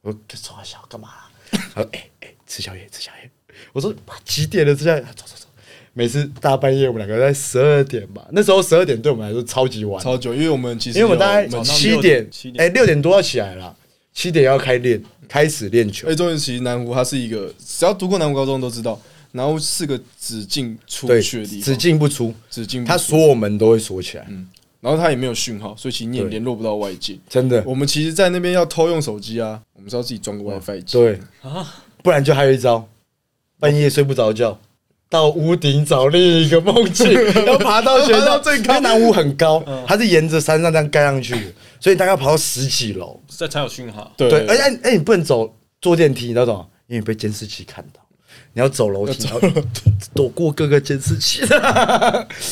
[SPEAKER 1] 我说这从小干嘛、啊？他说哎哎、吃宵夜吃宵夜，我说妈几点了吃宵夜？走走走，每次大半夜我们两个在十二点吧，那时候十二点对我们来说超级晚，
[SPEAKER 3] 超久，因为我们其实
[SPEAKER 1] 因为我们大概
[SPEAKER 3] 有
[SPEAKER 2] 早上
[SPEAKER 1] 七
[SPEAKER 2] 六点
[SPEAKER 1] 点
[SPEAKER 2] 七，点
[SPEAKER 1] 哎六、点多要起来了，七点要开练开始练球
[SPEAKER 3] 哎、，欸，中其实南湖它是一个，只要读过南湖高中都知道，南湖是个只进出
[SPEAKER 1] 对，
[SPEAKER 3] 去的地方，
[SPEAKER 1] 只进不出，
[SPEAKER 3] 只进不
[SPEAKER 1] 他
[SPEAKER 3] 出，
[SPEAKER 1] 锁我们都会锁起来，
[SPEAKER 3] 然后它也没有讯号，所以其实你也
[SPEAKER 1] 对
[SPEAKER 3] 联络不到外界。
[SPEAKER 1] 真的，
[SPEAKER 3] 我们其实，在那边要偷用手机啊，我们是要自己装个
[SPEAKER 1] 哦
[SPEAKER 3] WiFi 机。
[SPEAKER 1] 对
[SPEAKER 2] 啊
[SPEAKER 1] 不然就还有一招，半夜睡不着觉，到屋顶找另一个梦境， 要爬到学校最高。因为南屋很高，
[SPEAKER 3] 嗯
[SPEAKER 1] 它是沿着山上这样盖上去的，所以大概爬到十几楼。
[SPEAKER 2] 这才有讯号。
[SPEAKER 3] 对
[SPEAKER 1] 对，
[SPEAKER 3] 对，
[SPEAKER 1] 而且哎、你不能走坐电梯，你知道吗？因为你被监视器看到。你要走楼梯，然后躲过各个监视 器。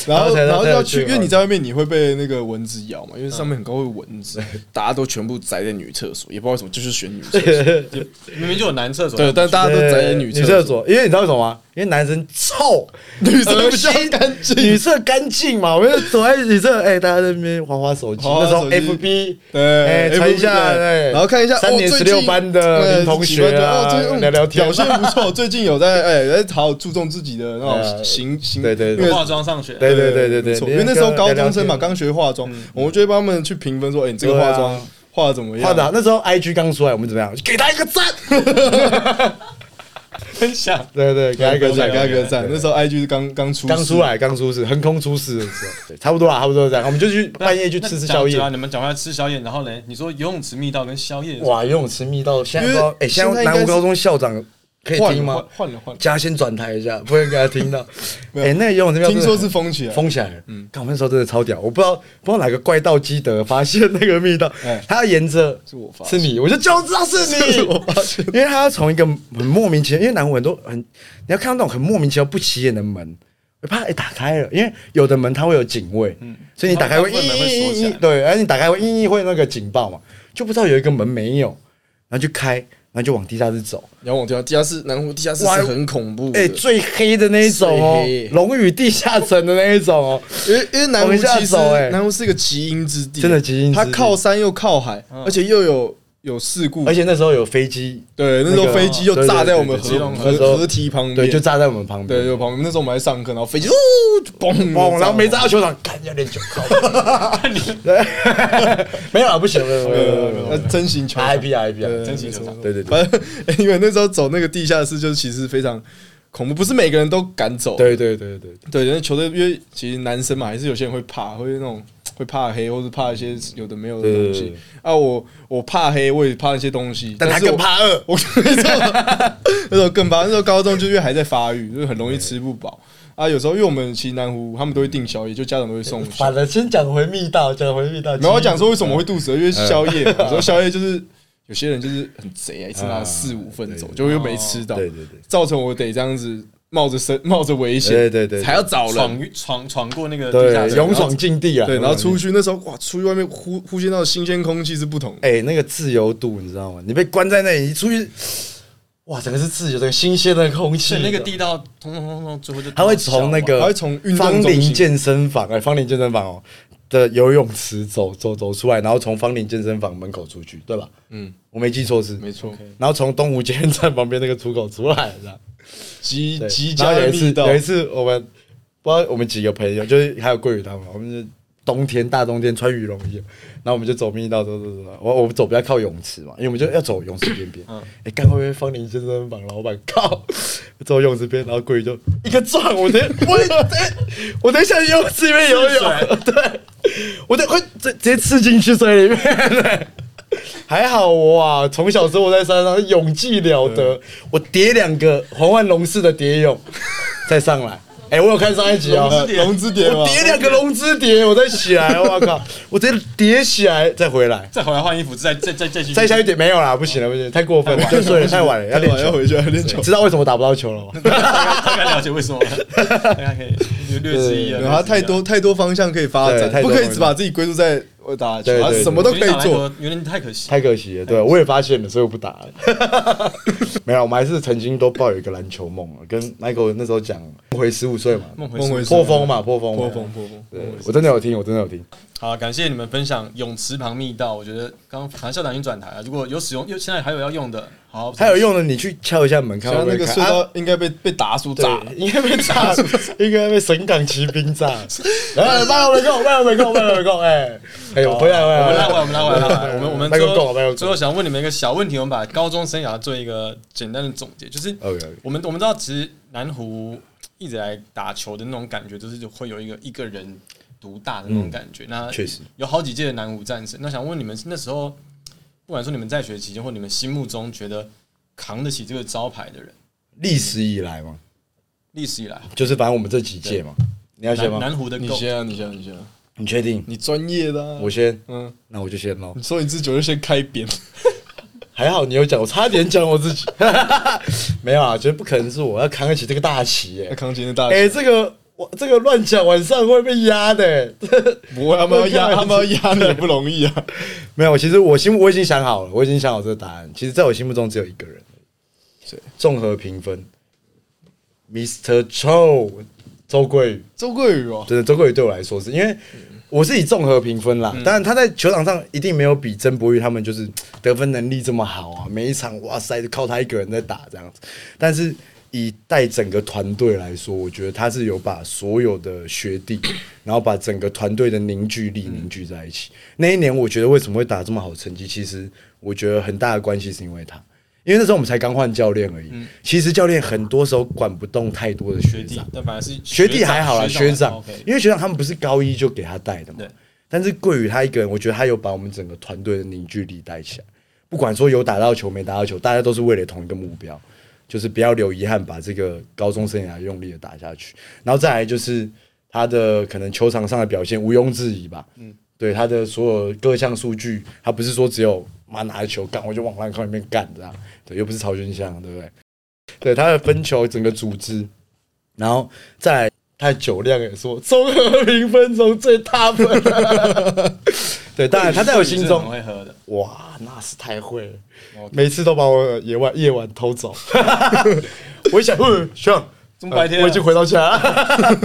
[SPEAKER 3] 然后
[SPEAKER 1] 才
[SPEAKER 3] 然后就
[SPEAKER 1] 才
[SPEAKER 3] 要
[SPEAKER 1] 哦嗯
[SPEAKER 3] 去，
[SPEAKER 1] 有
[SPEAKER 3] 因为你在外面你会被那个蚊子咬嘛，因为上面很高会有蚊子，大家都全部宅在女厕所，也不知道为什么就是选女厕所。
[SPEAKER 2] 明明就有男厕所，
[SPEAKER 3] 对，但大家都宅在女
[SPEAKER 1] 啊女
[SPEAKER 3] 厕
[SPEAKER 1] 厕，所，因为你知道为什么吗？因为男生臭，
[SPEAKER 3] 女生
[SPEAKER 1] 恶
[SPEAKER 3] 比较
[SPEAKER 1] 心
[SPEAKER 3] 呃干净。
[SPEAKER 1] 女厕干净嘛，我们就躲在女厕，哎、大家在那边划划手机，
[SPEAKER 3] 划划
[SPEAKER 1] 那时候
[SPEAKER 3] 哦手机
[SPEAKER 1] FB，
[SPEAKER 3] 对
[SPEAKER 1] 哎、
[SPEAKER 3] FB
[SPEAKER 1] 传一下，
[SPEAKER 3] 对
[SPEAKER 1] 哎，
[SPEAKER 3] 然后看一下
[SPEAKER 1] 三年
[SPEAKER 3] 哦
[SPEAKER 1] 十
[SPEAKER 3] 最近
[SPEAKER 1] 六班的
[SPEAKER 3] 呃
[SPEAKER 1] 林同
[SPEAKER 3] 几
[SPEAKER 1] 学
[SPEAKER 3] 班的
[SPEAKER 1] 啊，
[SPEAKER 3] 哦最近嗯
[SPEAKER 1] 聊聊天，
[SPEAKER 3] 表现不 错。最近有在哎哎，好注重自己的那种
[SPEAKER 1] 呃
[SPEAKER 3] 形形，
[SPEAKER 1] 对对对
[SPEAKER 3] 因为
[SPEAKER 2] 化妆上学，
[SPEAKER 1] 对对对对
[SPEAKER 3] 没
[SPEAKER 1] 对
[SPEAKER 3] 错
[SPEAKER 1] 对，
[SPEAKER 3] 因为那时候高中生
[SPEAKER 1] 聊
[SPEAKER 3] 嘛，
[SPEAKER 1] 聊天
[SPEAKER 3] 刚学化妆，我们就会帮他们去评分说，哎，你这
[SPEAKER 1] 嗯
[SPEAKER 3] 个
[SPEAKER 1] 对
[SPEAKER 3] 化
[SPEAKER 1] 啊
[SPEAKER 3] 妆画的怎么样？
[SPEAKER 1] 画的，那时候 IG 刚出来，我们怎么样？给他一个赞。
[SPEAKER 2] 分享。
[SPEAKER 1] 对对，给他一个
[SPEAKER 3] 给他
[SPEAKER 1] 赞，
[SPEAKER 3] 一
[SPEAKER 1] 给他一
[SPEAKER 3] 个
[SPEAKER 1] 个赞
[SPEAKER 3] 赞。。那时候 IG 是刚刚出，
[SPEAKER 1] 刚出，来，刚出世，横空出世的时候，对，差不多啦，差不多这样，我们就去半夜去吃吃宵夜
[SPEAKER 2] 对。啊，你们讲话吃宵夜，然后嘞，你说游泳池密道跟宵夜，
[SPEAKER 1] 哇，游泳池密道，现在
[SPEAKER 3] 因为
[SPEAKER 1] 不知道，哎，现
[SPEAKER 3] 现在
[SPEAKER 1] 在
[SPEAKER 3] 应该
[SPEAKER 1] 南
[SPEAKER 3] 是
[SPEAKER 1] 吴高中校长可以
[SPEAKER 3] 换
[SPEAKER 1] 听
[SPEAKER 3] 了
[SPEAKER 1] 吗
[SPEAKER 3] 换？换了换了。
[SPEAKER 1] 嘉先转台一下，不然给他听 到。
[SPEAKER 3] 有
[SPEAKER 1] 哎，那个游泳池密道真
[SPEAKER 3] 听
[SPEAKER 1] 的
[SPEAKER 3] 说是封起来，
[SPEAKER 1] 封起来了。嗯，看我们那时候真的超屌，我不知道不知道哪个怪盗基德发现那个密道
[SPEAKER 3] 哎，
[SPEAKER 1] 他要沿着
[SPEAKER 3] 是我发
[SPEAKER 1] 是
[SPEAKER 3] 现
[SPEAKER 1] 你，我就就知道是
[SPEAKER 3] 是
[SPEAKER 1] 你，
[SPEAKER 3] 我发现
[SPEAKER 1] 因为他要从一个很莫名其妙，因为南湖很多很，你要看到那种很莫名其妙不起眼的门。啪！哎，打开了，因为有的门它会有警卫，
[SPEAKER 3] 嗯
[SPEAKER 1] 所以你打开会
[SPEAKER 2] 它会门会
[SPEAKER 1] 咦
[SPEAKER 2] 锁起来
[SPEAKER 1] 咦咦对，而你打开会咦咦会那个警报嘛，就不知道有一个门没有，然后就开，然后就往地下室走，
[SPEAKER 3] 然后往地下地下室，南湖地下室
[SPEAKER 1] 哇
[SPEAKER 3] 是很恐怖的。
[SPEAKER 1] 哎、最黑的那一种哦
[SPEAKER 3] 嗯最黑，
[SPEAKER 1] 龙宇地下城的那一种哦，
[SPEAKER 3] 因为因为南湖
[SPEAKER 1] 往
[SPEAKER 3] 其
[SPEAKER 1] 下
[SPEAKER 3] 实
[SPEAKER 1] 走欸
[SPEAKER 3] 南湖是一个极阴之地，
[SPEAKER 1] 真的极阴之
[SPEAKER 3] 它
[SPEAKER 1] 地
[SPEAKER 3] 靠山又靠海，而且又有有事故，
[SPEAKER 1] 而且那时候有飞机，
[SPEAKER 3] 嗯对那时
[SPEAKER 1] 那
[SPEAKER 3] 候
[SPEAKER 1] 个
[SPEAKER 3] 飞机又
[SPEAKER 1] 对对
[SPEAKER 3] 炸在我们
[SPEAKER 1] 对
[SPEAKER 2] 对
[SPEAKER 3] 河
[SPEAKER 2] 对
[SPEAKER 1] 那时候
[SPEAKER 3] 河河堤旁边，
[SPEAKER 1] 对，就炸在我们旁边，
[SPEAKER 3] 对就旁边。那时候我们还上课，然后飞机呜就嘣
[SPEAKER 1] 哇，然后没
[SPEAKER 3] 炸
[SPEAKER 1] 炸到球场，干有点久，靠对，没有啊，不行，没有没有没有没有
[SPEAKER 3] 呃，那真心球场
[SPEAKER 1] i p IP 啊，
[SPEAKER 3] 真
[SPEAKER 2] 心球场
[SPEAKER 1] 对对对
[SPEAKER 3] 反正因为那时候走那个地下室，就是其实非常恐怖，不是每个人都敢走。
[SPEAKER 1] 对对对对，
[SPEAKER 3] 对，因为球队因为其实男生嘛，还是有些人会怕，会那种会怕黑，或是怕一些有的没有的东
[SPEAKER 1] 对
[SPEAKER 3] 西
[SPEAKER 1] 对对。
[SPEAKER 3] 啊，我我怕黑，我也怕那些东西，
[SPEAKER 1] 但他
[SPEAKER 3] 是
[SPEAKER 1] 更
[SPEAKER 3] 我。
[SPEAKER 1] 怕饿，
[SPEAKER 3] 我那时候那时候更怕，那时候高中就因为还在发育，就是很容易吃不饱啊。有时候因为我们其实南湖他们都会订宵夜，就家长都会送宵
[SPEAKER 1] 反正先讲回密道，讲回密道，
[SPEAKER 3] 然后我讲说为什么会肚子饿，因为
[SPEAKER 1] 嗯
[SPEAKER 3] 宵夜 嘛，有时候宵夜就是有些人就是很贼啊，一次拿四五份走，就又没吃到，
[SPEAKER 1] 对对对
[SPEAKER 3] 造成我得这样子冒着生冒着危险，
[SPEAKER 1] 对对对
[SPEAKER 3] 才要找人。
[SPEAKER 2] 闯闯闯过那个地下
[SPEAKER 1] 对，
[SPEAKER 2] 室，
[SPEAKER 1] 勇闯境地啊，
[SPEAKER 3] 对，然后出
[SPEAKER 1] 去。
[SPEAKER 3] 去那时候哇，出去外面呼呼吸到的新鲜空气是不同的，
[SPEAKER 1] 哎、那个自由度你知道吗？你被关在那里，你出去，哇，整个是自由，整个新鲜的空气
[SPEAKER 2] 是。那个地道，通通通通，最后就
[SPEAKER 1] 他会从那个
[SPEAKER 3] 它会从运动
[SPEAKER 1] 芳
[SPEAKER 3] 中
[SPEAKER 1] 林
[SPEAKER 3] 心
[SPEAKER 1] 健身房，哎、芳林健身房哦的游泳池走走走出来，然后从芳林健身房门口出去，对吧？嗯，我没记错是。
[SPEAKER 3] 没错，
[SPEAKER 1] 然后从东湖捷运站旁边那个出口出来，这样。
[SPEAKER 3] 极
[SPEAKER 1] 对
[SPEAKER 3] 极
[SPEAKER 1] 然
[SPEAKER 3] 佳
[SPEAKER 1] 后有
[SPEAKER 3] 的
[SPEAKER 1] 一次
[SPEAKER 3] 力道
[SPEAKER 1] 有一，次我们不知道我们几个朋友，就是还有桂宇他们，我们就冬天大冬天穿羽绒衣，然后我们就走密道，走走走走，我我们走比较靠泳池嘛，因为我们就要走泳池边边。
[SPEAKER 3] 嗯
[SPEAKER 1] 哎，干会不会方林健身房老板靠走泳池边，然后桂宇就一个撞，我等我等我等一下去游泳池里面游泳， 对，我等会直直接刺进去水里面。还好我啊，从小生活在山上，泳技了得。我叠两个黄万龙式的蝶泳，再上来。哎、我有看上一集哦，
[SPEAKER 3] 呃龙之蝶嘛
[SPEAKER 1] 我，叠两个龙之蝶，我再起来，我靠，我直接叠起来再回来，
[SPEAKER 2] 再回来换衣服，再再再再去
[SPEAKER 1] 再下一点没有啦，不行了，不行，太过分了，就睡了，太哎晚了，要
[SPEAKER 3] 要
[SPEAKER 1] 练
[SPEAKER 3] 晚要
[SPEAKER 1] 球。
[SPEAKER 3] 回去要练球
[SPEAKER 1] 知。道为什么打不到球了吗？
[SPEAKER 2] 大概了解为什么了，大家可以略知一二。
[SPEAKER 3] 对，它太多太多方向可以发
[SPEAKER 1] 对
[SPEAKER 3] 展，
[SPEAKER 1] 太
[SPEAKER 3] 不
[SPEAKER 1] 多
[SPEAKER 3] 可以只把自己归宿在我打球
[SPEAKER 1] 对，对
[SPEAKER 3] 它
[SPEAKER 1] 对
[SPEAKER 3] 什么都可以做。，
[SPEAKER 2] 有点太可惜。
[SPEAKER 1] 太可惜了，对我也发现了，所以我不打了。 没有，我们还是曾经都抱有一个篮球梦了，跟 Michael 那时候讲，回十五岁嘛，
[SPEAKER 2] 梦回
[SPEAKER 3] 梦回
[SPEAKER 1] 破风嘛，破风嘛，
[SPEAKER 3] 破风破风，
[SPEAKER 1] 对，我真的有听，我真的有听。
[SPEAKER 2] 好，感谢你们分享泳池旁密道。我觉得刚刚好像校长已经转台了，如果有使用，又现在还有要用的，好，
[SPEAKER 1] 还有用的，你去敲一下门，看
[SPEAKER 3] 像
[SPEAKER 1] 会不
[SPEAKER 3] 那
[SPEAKER 1] 会
[SPEAKER 3] 个啊
[SPEAKER 1] 开
[SPEAKER 3] 隧道应该被被打出炸
[SPEAKER 1] 啊。对，应该被 炸，应该被神港骑兵炸。哎，慢我们够，慢我们够，慢我们够，哎，哎呦，回来，回
[SPEAKER 2] 我们
[SPEAKER 1] 来，
[SPEAKER 2] 拉回来，我们拉回来，拉回来我们我们 最
[SPEAKER 1] 麦克够麦克
[SPEAKER 2] 后
[SPEAKER 1] 够
[SPEAKER 2] 最后想问你们一个小问题，我们把高中生涯做一个简单的总结，就是
[SPEAKER 1] OK，OK
[SPEAKER 2] 我们我们知道，其实南湖一直来打球的那种感觉，就是就会有一个一个人独大的那种感觉。那
[SPEAKER 1] 嗯确实
[SPEAKER 2] 有好几届的南湖战神。那想问你们那时候，不管说你们在学期间，或你们心目中觉得扛得起这个招牌的人，
[SPEAKER 1] 历史以来嘛，
[SPEAKER 2] 历史以来
[SPEAKER 1] 就是反正我们这几届嘛，你要先
[SPEAKER 2] 南
[SPEAKER 1] 吗？
[SPEAKER 2] 南湖的
[SPEAKER 3] 你
[SPEAKER 2] GOAT
[SPEAKER 3] 先啊，你先啊，你先啊，
[SPEAKER 1] 你确定？
[SPEAKER 3] 你专业的啊。
[SPEAKER 1] 我先，
[SPEAKER 3] 嗯，
[SPEAKER 1] 那我就先喽。
[SPEAKER 3] 你说你自己就先开 扁，
[SPEAKER 1] 还好你有讲，我差点讲我自己。 没有啊，觉得不可能是我要扛得起这个大旗，
[SPEAKER 3] 那
[SPEAKER 1] 哎，
[SPEAKER 3] 扛起那大
[SPEAKER 1] 哎，这个我这个乱讲，晚上会被压的。 哎
[SPEAKER 3] 不会，他们要
[SPEAKER 1] 我
[SPEAKER 3] 压，
[SPEAKER 1] 看
[SPEAKER 3] 他们要压你也不容易啊。
[SPEAKER 1] 没有，其实我心我已经想好了，我已经想好这个答案。其实，在我心目中只有一个人
[SPEAKER 3] 谁，
[SPEAKER 1] 综合评分，Mr. Cho 周桂宇，
[SPEAKER 3] 周桂宇哦，
[SPEAKER 1] 真的周桂宇对我来说是因为我是以综合评分啦，当然他在球场上一定没有比曾博玉他们就是得分能力这么好啊，每一场哇塞就靠他一个人在打这样子，但是以带整个团队来说，我觉得他是有把所有的学弟，然后把整个团队的凝聚力凝聚在一起。那一年我觉得为什么会打这么好的成绩，其实我觉得很大的关系是因为他。因为那时候我们才刚换教练而已。其实教练很多时候管不动太多的
[SPEAKER 2] 学
[SPEAKER 1] 学
[SPEAKER 2] 弟
[SPEAKER 1] 长，，
[SPEAKER 2] 但反而是
[SPEAKER 1] 学弟还好啦，学长
[SPEAKER 2] 哦
[SPEAKER 1] 哦
[SPEAKER 2] OK，，
[SPEAKER 1] 因为学长他们不是高一就给他带的嘛
[SPEAKER 2] 对。
[SPEAKER 1] 但是桂宇他一个人，我觉得他有把我们整个团队的凝聚力带起来。不管说有打到球没打到球，大家都是为了同一个目标，就是不要留遗憾，把这个高中生涯用力的打下去。然后再来就是他的可能球场上的表现毋庸置疑吧。嗯，对他的所有各项数据，他不是说只有妈拿着球干我就往篮筐里面干这样，对，又不是曹军香，对不对？对他的分球整个组织，然后再来他的酒量也说综合评分中最大分。 对，当然他在我心中
[SPEAKER 2] 很会喝的，
[SPEAKER 1] 哇，那是太会了
[SPEAKER 2] OK
[SPEAKER 1] 每次都把我夜晚夜晚偷 走。我一想，嗯，徐朗，
[SPEAKER 2] 这么白天啊
[SPEAKER 1] 我已经回到家了。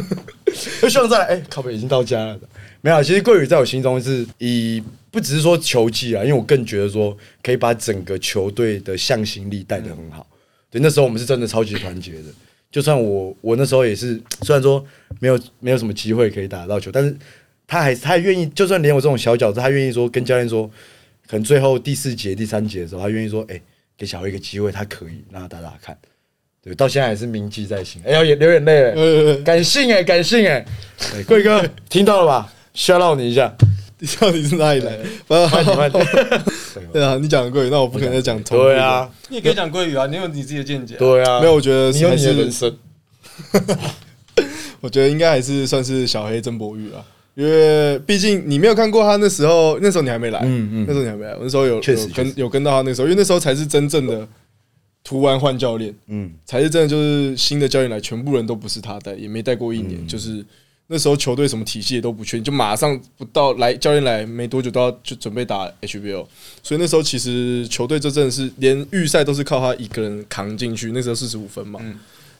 [SPEAKER 1] 徐朗再来，哎、靠北已经到家了。没有，其实桂宇在我心中是以不只是说球技啊，因为我更觉得说可以把整个球队的向心力带得很好。对，那时候我们是真的超级团结的。就算我我那时候也是，虽然说没有没有什么机会可以打到球，但是他还他还愿意，就算连我这种小脚子，他愿意说跟教练说，可能最后第四节、第三节的时候，他愿意说，哎、给小黑一个机会，他可以让他打打看。对，到现在还是铭记在心。哎呀，也流眼泪了，
[SPEAKER 3] 呃，
[SPEAKER 1] 感性哎、感性哎、对贵哥听到了吧？需要让你一下，
[SPEAKER 3] 你到底是哪里来？不
[SPEAKER 1] 快点快 点。
[SPEAKER 3] 对啊，你讲的贵，那我不可能再讲重复的
[SPEAKER 1] 对啊，，
[SPEAKER 2] 你也可以讲桂语啊，你有你自己的见解啊。
[SPEAKER 1] 对啊，
[SPEAKER 3] 没有，我觉得
[SPEAKER 1] 你有
[SPEAKER 3] 还
[SPEAKER 1] 你的人
[SPEAKER 3] 是，
[SPEAKER 1] 生。
[SPEAKER 3] 我觉得应该还是算是小黑曾博玉啊。因为毕竟你没有看过他那时候，那时候你还没来，
[SPEAKER 1] 嗯嗯
[SPEAKER 3] 那时候你还没来，我那时候有
[SPEAKER 1] 确实嗯
[SPEAKER 3] 有
[SPEAKER 1] 确
[SPEAKER 3] 跟有跟到他那时候，因为那时候才是真正的突完换教练，
[SPEAKER 1] 嗯，
[SPEAKER 3] 才是真的就是新的教练来，全部人都不是他带，也没带过一年，
[SPEAKER 1] 嗯
[SPEAKER 3] 就是那时候球队什么体系也都不确定，就马上不到来教练来没多久都要就准备打 HBO，所以那时候其实球队这真的是连预赛都是靠他一个人扛进去，那时候四十五分嘛，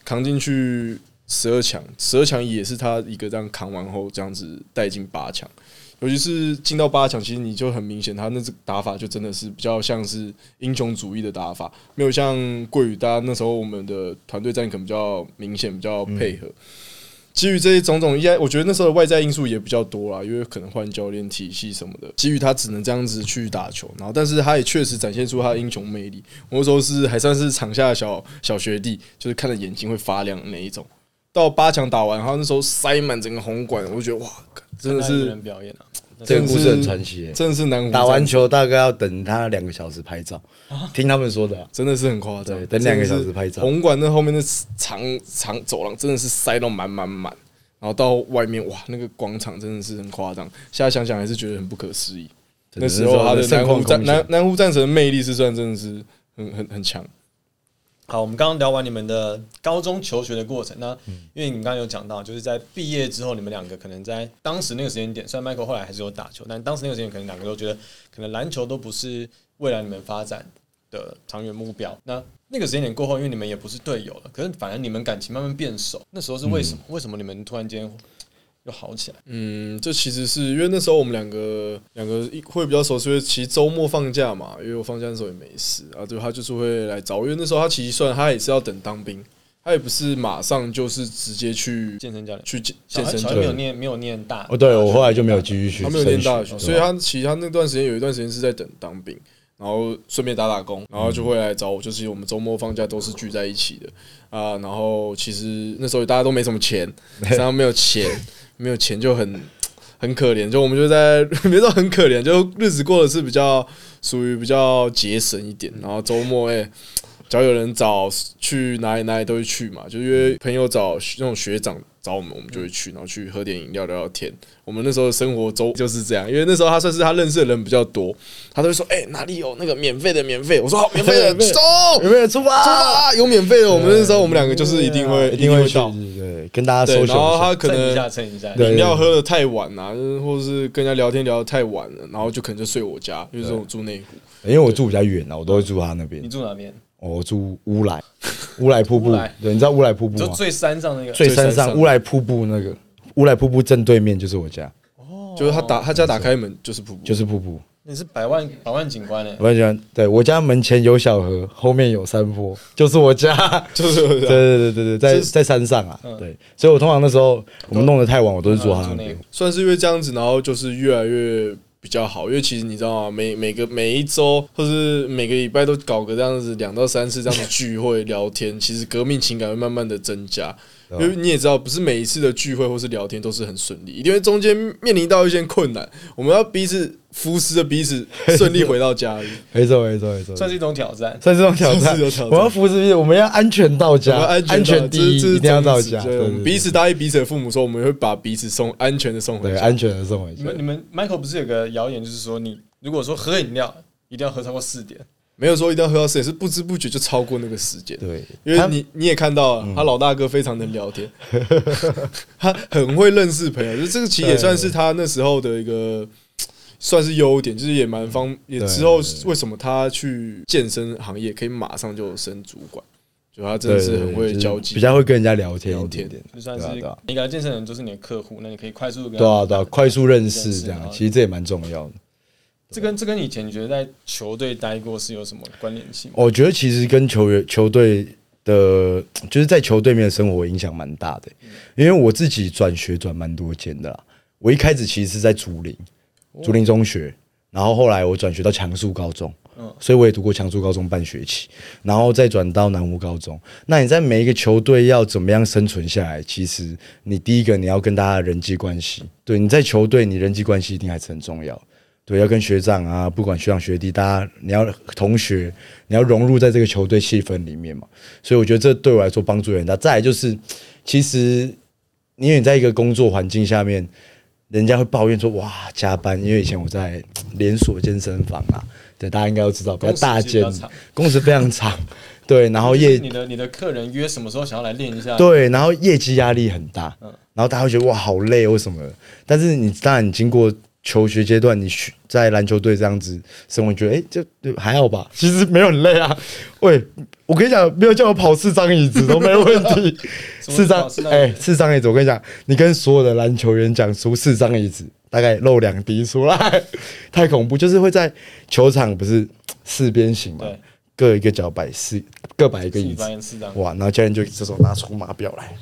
[SPEAKER 3] 扛进去十二强，十二强也是他一个这样扛完后这样子带进八强。尤其是进到八强，其实你就很明显，他那支打法就真的是比较像是英雄主义的打法，没有像桂宇大家那时候我们的团队战可能比较明显，比较配合。基于这些种种，应该我觉得那时候的外在因素也比较多啦，因为可能换教练体系什么的，基于他只能这样子去打球，然后但是他也确实展现出他的英雄魅力。我那时候是还算是场下的小小学弟，就是看着眼睛会发亮的那一种。到八强打完，他那时候塞满整个红馆，我就觉得哇，真的
[SPEAKER 2] 看他一
[SPEAKER 3] 是
[SPEAKER 2] 个人表演啊，
[SPEAKER 1] 这个故事很传奇、欸。
[SPEAKER 3] 真的是南湖
[SPEAKER 1] 打完
[SPEAKER 3] 站
[SPEAKER 1] 球大概要等他两个小时拍照，听他们说的啊、
[SPEAKER 3] 真的是很夸张
[SPEAKER 1] 对，等两个小时拍照
[SPEAKER 3] 红馆那后面的长长走廊真的是塞到满满满，然后到外面哇，那个广场真的是很夸张。现在想想还是觉得很不可思议。
[SPEAKER 1] 真的
[SPEAKER 3] 那时候他的
[SPEAKER 1] 盛
[SPEAKER 3] 南
[SPEAKER 1] 况
[SPEAKER 3] 湖
[SPEAKER 1] 空
[SPEAKER 3] 战南
[SPEAKER 1] 前。
[SPEAKER 3] 南湖战神的魅力是算真的是很很很强。
[SPEAKER 2] 好，我们刚刚聊完你们的高中求学的过程，那因为你们刚刚有讲到，就是在毕业之后，你们两个可能在当时那个时间点，虽然 Michael 后来还是有打球，但当时那个时间点可能两个都觉得，可能篮球都不是未来你们发展的长远目标。那那个时间点过后，因为你们也不是队友了，可是反而你们感情慢慢变熟，那时候是为什么？为什么你们突然间又好起来？
[SPEAKER 3] 嗯，这其实是因为那时候我们两个两个一会比较熟，是因为其实周末放假嘛，因为我放假的时候也没事啊，对他就是会来找我，因为那时候他其实算他也是要等当兵，他也不是马上就是直接去
[SPEAKER 2] 健身教练，
[SPEAKER 3] 去健
[SPEAKER 2] 小
[SPEAKER 3] 健
[SPEAKER 2] 孩
[SPEAKER 3] 身
[SPEAKER 2] 小
[SPEAKER 3] 教
[SPEAKER 2] 孩没有
[SPEAKER 3] 练。
[SPEAKER 2] 念没有念大，
[SPEAKER 1] 哦，对，我后来就没有继续去
[SPEAKER 3] 他
[SPEAKER 1] 升
[SPEAKER 3] 没
[SPEAKER 1] 学，
[SPEAKER 3] 有念大学，所以
[SPEAKER 1] 对吧
[SPEAKER 3] 他其实他那段时间有一段时间是在等当兵，然后顺便打打工，然后就会来找我，就是我们周末放假都是聚在一起的啊、然后其实那时候大家都没什么钱，身上没有钱，没有钱就很很可怜，就我们就在 没说很可怜，就日子过得是比较属于比较节省一点，然后周末哎。只要有人找去哪里哪里都会去嘛，就因为朋友找那种学长找我们，我们就会去，然后去喝点饮料聊聊天。我们那时候的生活周就是这样，因为那时候他算是他认识的人比较多，他都会说：“哎、哪里有那个免费的免费？”我说：“哦好，免费的走，
[SPEAKER 1] 有没有出
[SPEAKER 3] 出
[SPEAKER 1] 发？啊
[SPEAKER 3] 发有免费的。”我们那时候我们两个就是一定会
[SPEAKER 1] 嗯一定会去
[SPEAKER 3] 到，，
[SPEAKER 1] 对，跟大家
[SPEAKER 3] 对，
[SPEAKER 1] 搜
[SPEAKER 3] 然后他可
[SPEAKER 2] 蹭一下
[SPEAKER 3] 能
[SPEAKER 2] 蹭一下，
[SPEAKER 1] 对
[SPEAKER 3] 饮料喝的太晚啊，就是或者是跟人家聊天聊得太晚了，然后就可能就睡我家，因为我住内湖。
[SPEAKER 1] 因为我住比较远啊，我都会住他那边
[SPEAKER 2] 你。住哪边？
[SPEAKER 1] 哦我住乌来，乌来瀑
[SPEAKER 2] 乌
[SPEAKER 1] 布
[SPEAKER 2] 来，
[SPEAKER 1] 对，你知道乌来瀑布
[SPEAKER 2] 就
[SPEAKER 1] 吗？
[SPEAKER 2] 最山上那个
[SPEAKER 1] 最山
[SPEAKER 3] 最山
[SPEAKER 1] 上
[SPEAKER 3] 上
[SPEAKER 1] 乌来瀑布那个，乌来瀑布正对面就是我家，
[SPEAKER 3] 就是他打他家打开门就是瀑布，
[SPEAKER 1] 就是瀑布。
[SPEAKER 2] 你是百万百万景观欸呢？
[SPEAKER 1] 我很喜欢，对我家门前有小河，后面有山坡，就是我家。
[SPEAKER 3] 就是我
[SPEAKER 1] 对
[SPEAKER 3] 家
[SPEAKER 1] 对对对对，在
[SPEAKER 3] 就是嗯
[SPEAKER 1] 在山上啊，对，所以我通常那时候我们弄得太晚，我都是住他那
[SPEAKER 2] 嗯住那
[SPEAKER 1] 边
[SPEAKER 2] 个。
[SPEAKER 3] 算是因为这样子，然后就是越来越比比较好，因为其实你知道吗？每每个每一周或是每个礼拜都搞个这样子两到三次这样的聚会聊天，其实革命情感会慢慢的增加。
[SPEAKER 1] 啊
[SPEAKER 3] 因为你也知道，不是每一次的聚会或是聊天都是很顺利，一定会中间面临到一些困难，我们要彼此扶持着彼此顺利回到 家里。
[SPEAKER 1] 没错没错没错，
[SPEAKER 2] 算是一种挑战。
[SPEAKER 1] 算是这种挑
[SPEAKER 3] 算
[SPEAKER 1] 战
[SPEAKER 3] 是有挑，战
[SPEAKER 1] 我要扶持，我们要安全到
[SPEAKER 3] 我
[SPEAKER 1] 家，
[SPEAKER 3] 们安
[SPEAKER 1] 安全第
[SPEAKER 3] 这是这
[SPEAKER 1] 一，
[SPEAKER 3] 是
[SPEAKER 1] 一定要到
[SPEAKER 3] 宗旨
[SPEAKER 1] 家，
[SPEAKER 3] 对，我们彼此答应彼此的父母说，我们会把彼此送安全的送回
[SPEAKER 1] 对
[SPEAKER 3] 家。
[SPEAKER 1] 安全的送回
[SPEAKER 2] 你
[SPEAKER 1] 家。
[SPEAKER 2] 们你们 Michael 不是有个谣言，就是说你如果说喝饮料，一定要喝超过四点。
[SPEAKER 3] 没有说一定要喝到死，也是不知不觉就超过那个时间。
[SPEAKER 1] 对，嗯
[SPEAKER 3] 因为
[SPEAKER 1] 他
[SPEAKER 3] 你你也看到了，他老大哥非常能聊天， 他很会认识朋友，就这个其实也算是他那时候的一个算是优点，就是也蛮方，也
[SPEAKER 1] 对
[SPEAKER 3] 之后为什么他去健身行业可以马上就升主管，就他真的是很
[SPEAKER 1] 对对
[SPEAKER 3] 会交
[SPEAKER 1] 对就是
[SPEAKER 3] 际，
[SPEAKER 1] 比较会跟人家聊天一
[SPEAKER 3] 聊
[SPEAKER 1] 点
[SPEAKER 3] 天
[SPEAKER 1] 点，
[SPEAKER 2] 就算
[SPEAKER 1] 对啊
[SPEAKER 2] 是
[SPEAKER 1] 对啊
[SPEAKER 2] 每个健身人都是你的客户，那你可以快速地跟
[SPEAKER 1] 对
[SPEAKER 2] 他
[SPEAKER 1] 啊对啊，快速认识哦
[SPEAKER 2] 认识
[SPEAKER 1] 这样
[SPEAKER 2] 然，后
[SPEAKER 1] 其实这也蛮重要的。
[SPEAKER 2] 这跟这跟以前你觉得在球队待过是有什么关联性吗？
[SPEAKER 1] 我觉得其实跟球员、球队的，就是在球队里面的生活影响蛮大的、因为我自己转学转蛮多间的啦。我一开始其实是在竹林，竹林中学，然后后来我转学到强树高中，
[SPEAKER 2] 嗯
[SPEAKER 1] 所以我也读过强树高中半学期，然后再转到南湖高中。那你在每一个球队要怎么样生存下来？其实你第一个你要跟大家的人际关系，对，你在球队你人际关系一定还是很重要。对，要跟学长啊，不管学长学弟，大家你要同学，你要融入在这个球队气氛里面嘛。所以我觉得这对我来说帮助也很大。再来就是，其实因为你在一个工作环境下面，人家会抱怨说哇加班，因为以前我在连锁健身房啊，对大家应该都知道，比较大间
[SPEAKER 2] 工时比较长，
[SPEAKER 1] 工时非常长，对，然后夜
[SPEAKER 2] 你的你的客人约什么时候想要来练一下？
[SPEAKER 1] 对，啊然后业绩压力很大，
[SPEAKER 2] 嗯
[SPEAKER 1] 然后大家会觉得哇好累哦为什么的？但是你当然你经过求学阶段，你去在篮球队这样子生活，你觉得哎、诶这这还好 吧？其实没有很累啊。喂，我跟你讲，没有叫我跑四张椅子都没问题，
[SPEAKER 2] 什么
[SPEAKER 1] 四张
[SPEAKER 2] 跑四张椅子
[SPEAKER 1] 哎四张椅子，我跟你讲，你跟所有的篮球员讲出四张椅子。大概漏两滴出来， 太恐怖！就是会在球场不是四边形嘛
[SPEAKER 2] 对，
[SPEAKER 1] 各一个脚摆四，各摆一个
[SPEAKER 2] 是
[SPEAKER 1] 椅
[SPEAKER 2] 你
[SPEAKER 1] 子
[SPEAKER 2] 发，言适当。
[SPEAKER 1] 哇，然后教练就这时候拿出码表来，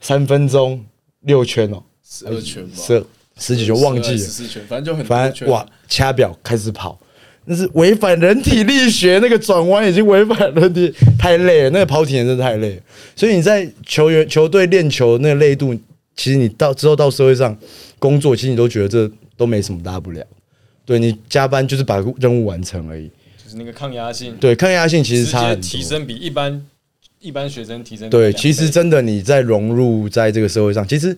[SPEAKER 1] 三分钟六圈哦，
[SPEAKER 3] 十二圈吧，
[SPEAKER 1] 十十几圈忘记
[SPEAKER 3] 十
[SPEAKER 1] 了，
[SPEAKER 3] 四圈，反正就很多
[SPEAKER 1] 反正
[SPEAKER 3] 圈。
[SPEAKER 1] 哇，掐表开始跑，那是违反人体力学，那个转弯已经违反人体， 太累了，那个跑体能真的太累了。所以你在球员球队练球那个累度，其实你到之后到社会上工作，其实你都觉得这都没什么大不了。对你加班就是把任务完成而已，
[SPEAKER 2] 就是那个抗压性，
[SPEAKER 1] 对抗压性其实
[SPEAKER 2] 直
[SPEAKER 1] 差很
[SPEAKER 2] 接
[SPEAKER 1] 多
[SPEAKER 2] 提升比一般一般学生提升。
[SPEAKER 1] 对，其实真的你在融入在这个社会上，其实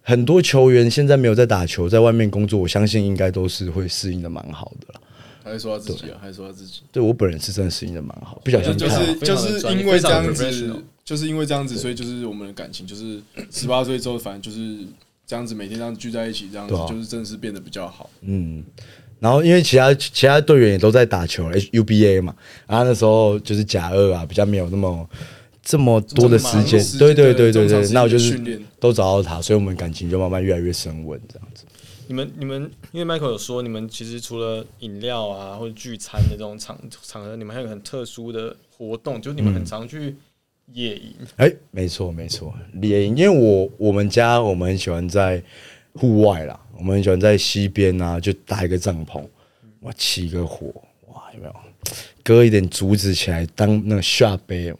[SPEAKER 1] 很多球员现在没有在打球，在外面工作，我相信应该都是会适应的蛮好的啦。
[SPEAKER 3] 还说他自己啊，还说他自己，
[SPEAKER 1] 对我本人是真的适应的蛮好，不小心
[SPEAKER 3] 就
[SPEAKER 1] 太好
[SPEAKER 3] 是
[SPEAKER 2] 非常
[SPEAKER 3] 就
[SPEAKER 2] 的
[SPEAKER 3] 是
[SPEAKER 2] 专业
[SPEAKER 3] 因为这样
[SPEAKER 2] 非常的
[SPEAKER 3] 子
[SPEAKER 2] professional，
[SPEAKER 3] 就是因为这样子，所以就是我们的感情，就是十八岁之后，反正就是这样子，每天这样聚在一起，这样子
[SPEAKER 1] 对啊
[SPEAKER 3] 就是真的是变得比较好。
[SPEAKER 1] 嗯。然后因为其他其他队员也都在打球了 UBA 嘛，然后那时候就是甲二啊，比较没有那么这么多的时间
[SPEAKER 3] 这么忙的时，间
[SPEAKER 1] 对对对
[SPEAKER 3] 对
[SPEAKER 1] 对
[SPEAKER 3] 这
[SPEAKER 1] 对
[SPEAKER 3] 么长时，间
[SPEAKER 1] 那我就是
[SPEAKER 3] 训练
[SPEAKER 1] 都找到他，所以我们感情就慢慢越来越升温这样子。
[SPEAKER 2] 你们你们，因为 Michael 有说，你们其实除了饮料啊或者聚餐的这种场场合，你们还有个很特殊的活动，就是你
[SPEAKER 1] 嗯
[SPEAKER 2] 们很常去野营。
[SPEAKER 1] 哎、没错没错，野营，因为我我们家我们很喜欢在户外啦，我们很喜欢在溪边啊，就搭一个帐篷，哇，起个火，哇，有没有？割一点竹子起来当那个下杯 哦，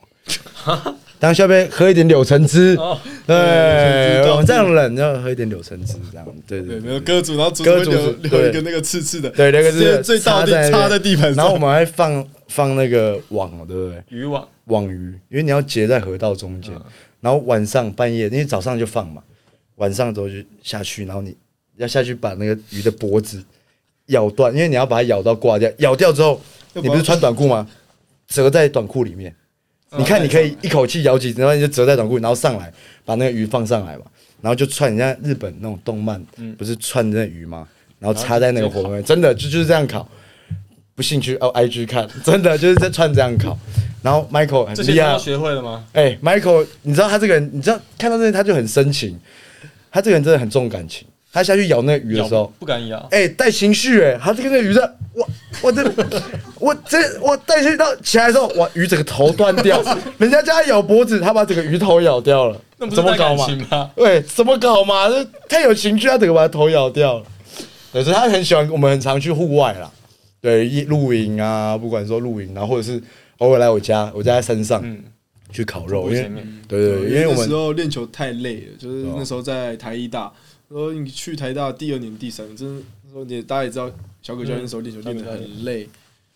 [SPEAKER 1] 当下杯喝一点柳橙汁，
[SPEAKER 2] 哦
[SPEAKER 1] 对
[SPEAKER 3] 柳橙汁，
[SPEAKER 1] 我们这样冷要喝一点柳橙汁，这样，对对
[SPEAKER 3] 对，没
[SPEAKER 1] 对。
[SPEAKER 3] 有割竹，然后竹子
[SPEAKER 1] 割
[SPEAKER 3] 会
[SPEAKER 1] 竹
[SPEAKER 3] 留
[SPEAKER 1] 子
[SPEAKER 3] 留一个
[SPEAKER 1] 对
[SPEAKER 3] 那个刺刺的，
[SPEAKER 1] 对，那个
[SPEAKER 3] 直接
[SPEAKER 1] 是
[SPEAKER 3] 最大的
[SPEAKER 1] 在
[SPEAKER 3] 插在地板上，
[SPEAKER 1] 然后我们还放放那个网，对不对？
[SPEAKER 2] 渔网，
[SPEAKER 1] 网鱼，因为你要结在河道中间，然后晚上半夜，因为早上就放嘛，晚上之后就下去，然后你要下去把那个鱼的脖子咬断，因为你要把它咬到挂掉，咬掉之后，
[SPEAKER 3] 要
[SPEAKER 1] 你
[SPEAKER 3] 把它
[SPEAKER 1] 不是穿短裤吗？折在短裤里面，你看你可以一口气咬几只，然后你就折在短裤，然后上来把那个鱼放上来嘛，然后就串人家日本那种动漫，不是串那鱼吗？嗯然后插在那个火里面，真的就就是这样烤。不兴趣哦，IG 看， 真的就是在串这样烤。然后 Michael 很
[SPEAKER 2] 这些
[SPEAKER 1] 厉
[SPEAKER 2] 都
[SPEAKER 1] 害啊
[SPEAKER 2] 要，学会了吗？
[SPEAKER 1] 哎、m i c h a e l 你知道他这个人，你知道看到这些他就很深情，他这个人真的很重感情。他下去咬那个鱼的时
[SPEAKER 2] 咬
[SPEAKER 1] 候，
[SPEAKER 2] 不敢咬，
[SPEAKER 1] 哎、带情绪哎、他这个那个鱼的，我我这 我这我带情绪到起来的时候，哇，鱼整个头断 掉，人家叫他咬脖子，他把整个鱼头咬掉了，
[SPEAKER 2] 那不是
[SPEAKER 1] 怎么
[SPEAKER 2] 带
[SPEAKER 1] 搞
[SPEAKER 2] 感
[SPEAKER 1] 嘛？
[SPEAKER 2] 情吗？
[SPEAKER 1] 对，怎么搞嘛？这太有情绪，他整个把头咬掉了。对，所以他很喜欢，我们很常去户外啦，对，一露营啊，不管说露营，然后或者是偶尔来我家，我家在山上、
[SPEAKER 2] 嗯，
[SPEAKER 1] 去烤肉，因
[SPEAKER 2] 我
[SPEAKER 1] 为
[SPEAKER 2] 前面
[SPEAKER 1] 对对，对因为我
[SPEAKER 3] 那时
[SPEAKER 1] 们哦
[SPEAKER 3] 候练球太累了，就是那时候在台一大，然后你去台大第二年、第三年，真的那时候你大家也知道，小葛教练那时候练球练得很累，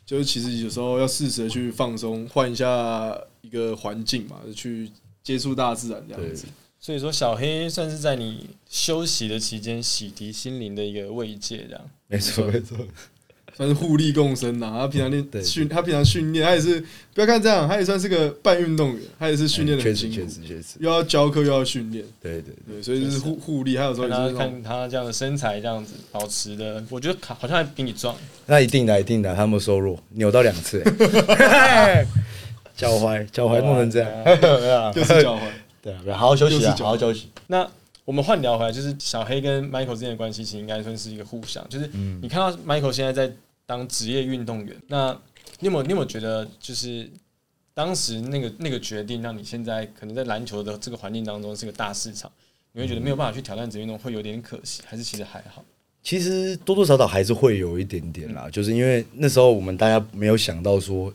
[SPEAKER 3] 就是其实有时候要适时的去放松，换一下一个环境嘛，就去接触大自然这样子。
[SPEAKER 2] 所以说小黑算是在你休息的期间洗涤心灵的一个慰藉，这样。
[SPEAKER 1] 没错没错，
[SPEAKER 3] 算是互利共生呐、他平常
[SPEAKER 1] 对
[SPEAKER 3] 练训，他平常训练，他也是不要看这样，他也算是个半运动员，他也是训练的
[SPEAKER 1] 哎确
[SPEAKER 3] 很
[SPEAKER 1] 实
[SPEAKER 3] 辛
[SPEAKER 1] 确
[SPEAKER 3] 苦，
[SPEAKER 1] 实确实，
[SPEAKER 3] 又要教课又要训练，
[SPEAKER 1] 对对
[SPEAKER 3] 对，所以就是互互利。还有时候
[SPEAKER 2] 看
[SPEAKER 3] 也是
[SPEAKER 2] 他
[SPEAKER 3] 那种
[SPEAKER 2] 看他这样的身材，这样子保持的，我觉得卡好像还比你壮。
[SPEAKER 1] 那一定的，一定的，他们瘦弱，扭到两次、欸，脚踝脚踝弄成这样， 对啊，
[SPEAKER 3] 又是脚踝。
[SPEAKER 1] 对啊，好好休息
[SPEAKER 3] 又
[SPEAKER 1] 啊，
[SPEAKER 3] 是脚踝
[SPEAKER 1] 好好休息，
[SPEAKER 2] 那我们换聊回来，就是小黑跟 Michael 之间的关系，其实应该算是一个互相。就是
[SPEAKER 1] 嗯
[SPEAKER 2] 你看到 Michael 现在在当职业运动员，那你有没有你有没有觉得，就是当时那个那个决定，让你现在可能在篮球的这个环境当中是个大市场，你会觉得没有办法去挑战职业运动，会有点可惜，还是其实还好？
[SPEAKER 1] 其实多多少少还是会有一点点啦，就是因为那时候我们大家没有想到说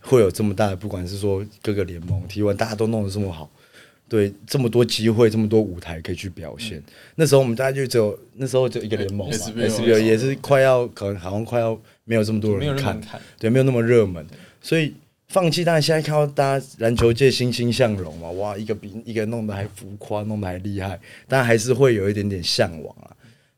[SPEAKER 1] 会有这么大的，不管是说各个联盟、体育大家都弄得这么好，对，这么多机会，这么多舞台可以去表现。
[SPEAKER 2] 嗯
[SPEAKER 1] 那时候我们大家就只有那时候就一个联盟嘛
[SPEAKER 3] SBL
[SPEAKER 1] ，SBL 也是快要可能好像快要没有这么多
[SPEAKER 2] 没有
[SPEAKER 1] 人
[SPEAKER 2] 人
[SPEAKER 1] 看
[SPEAKER 2] 敢，看，
[SPEAKER 1] 对，没有那么热门，所以放弃。当然，现在看到大家篮球界欣欣向荣嘛，哇，一个比一个弄得还浮夸，弄得还厉害，但还是会有一点点向往啊。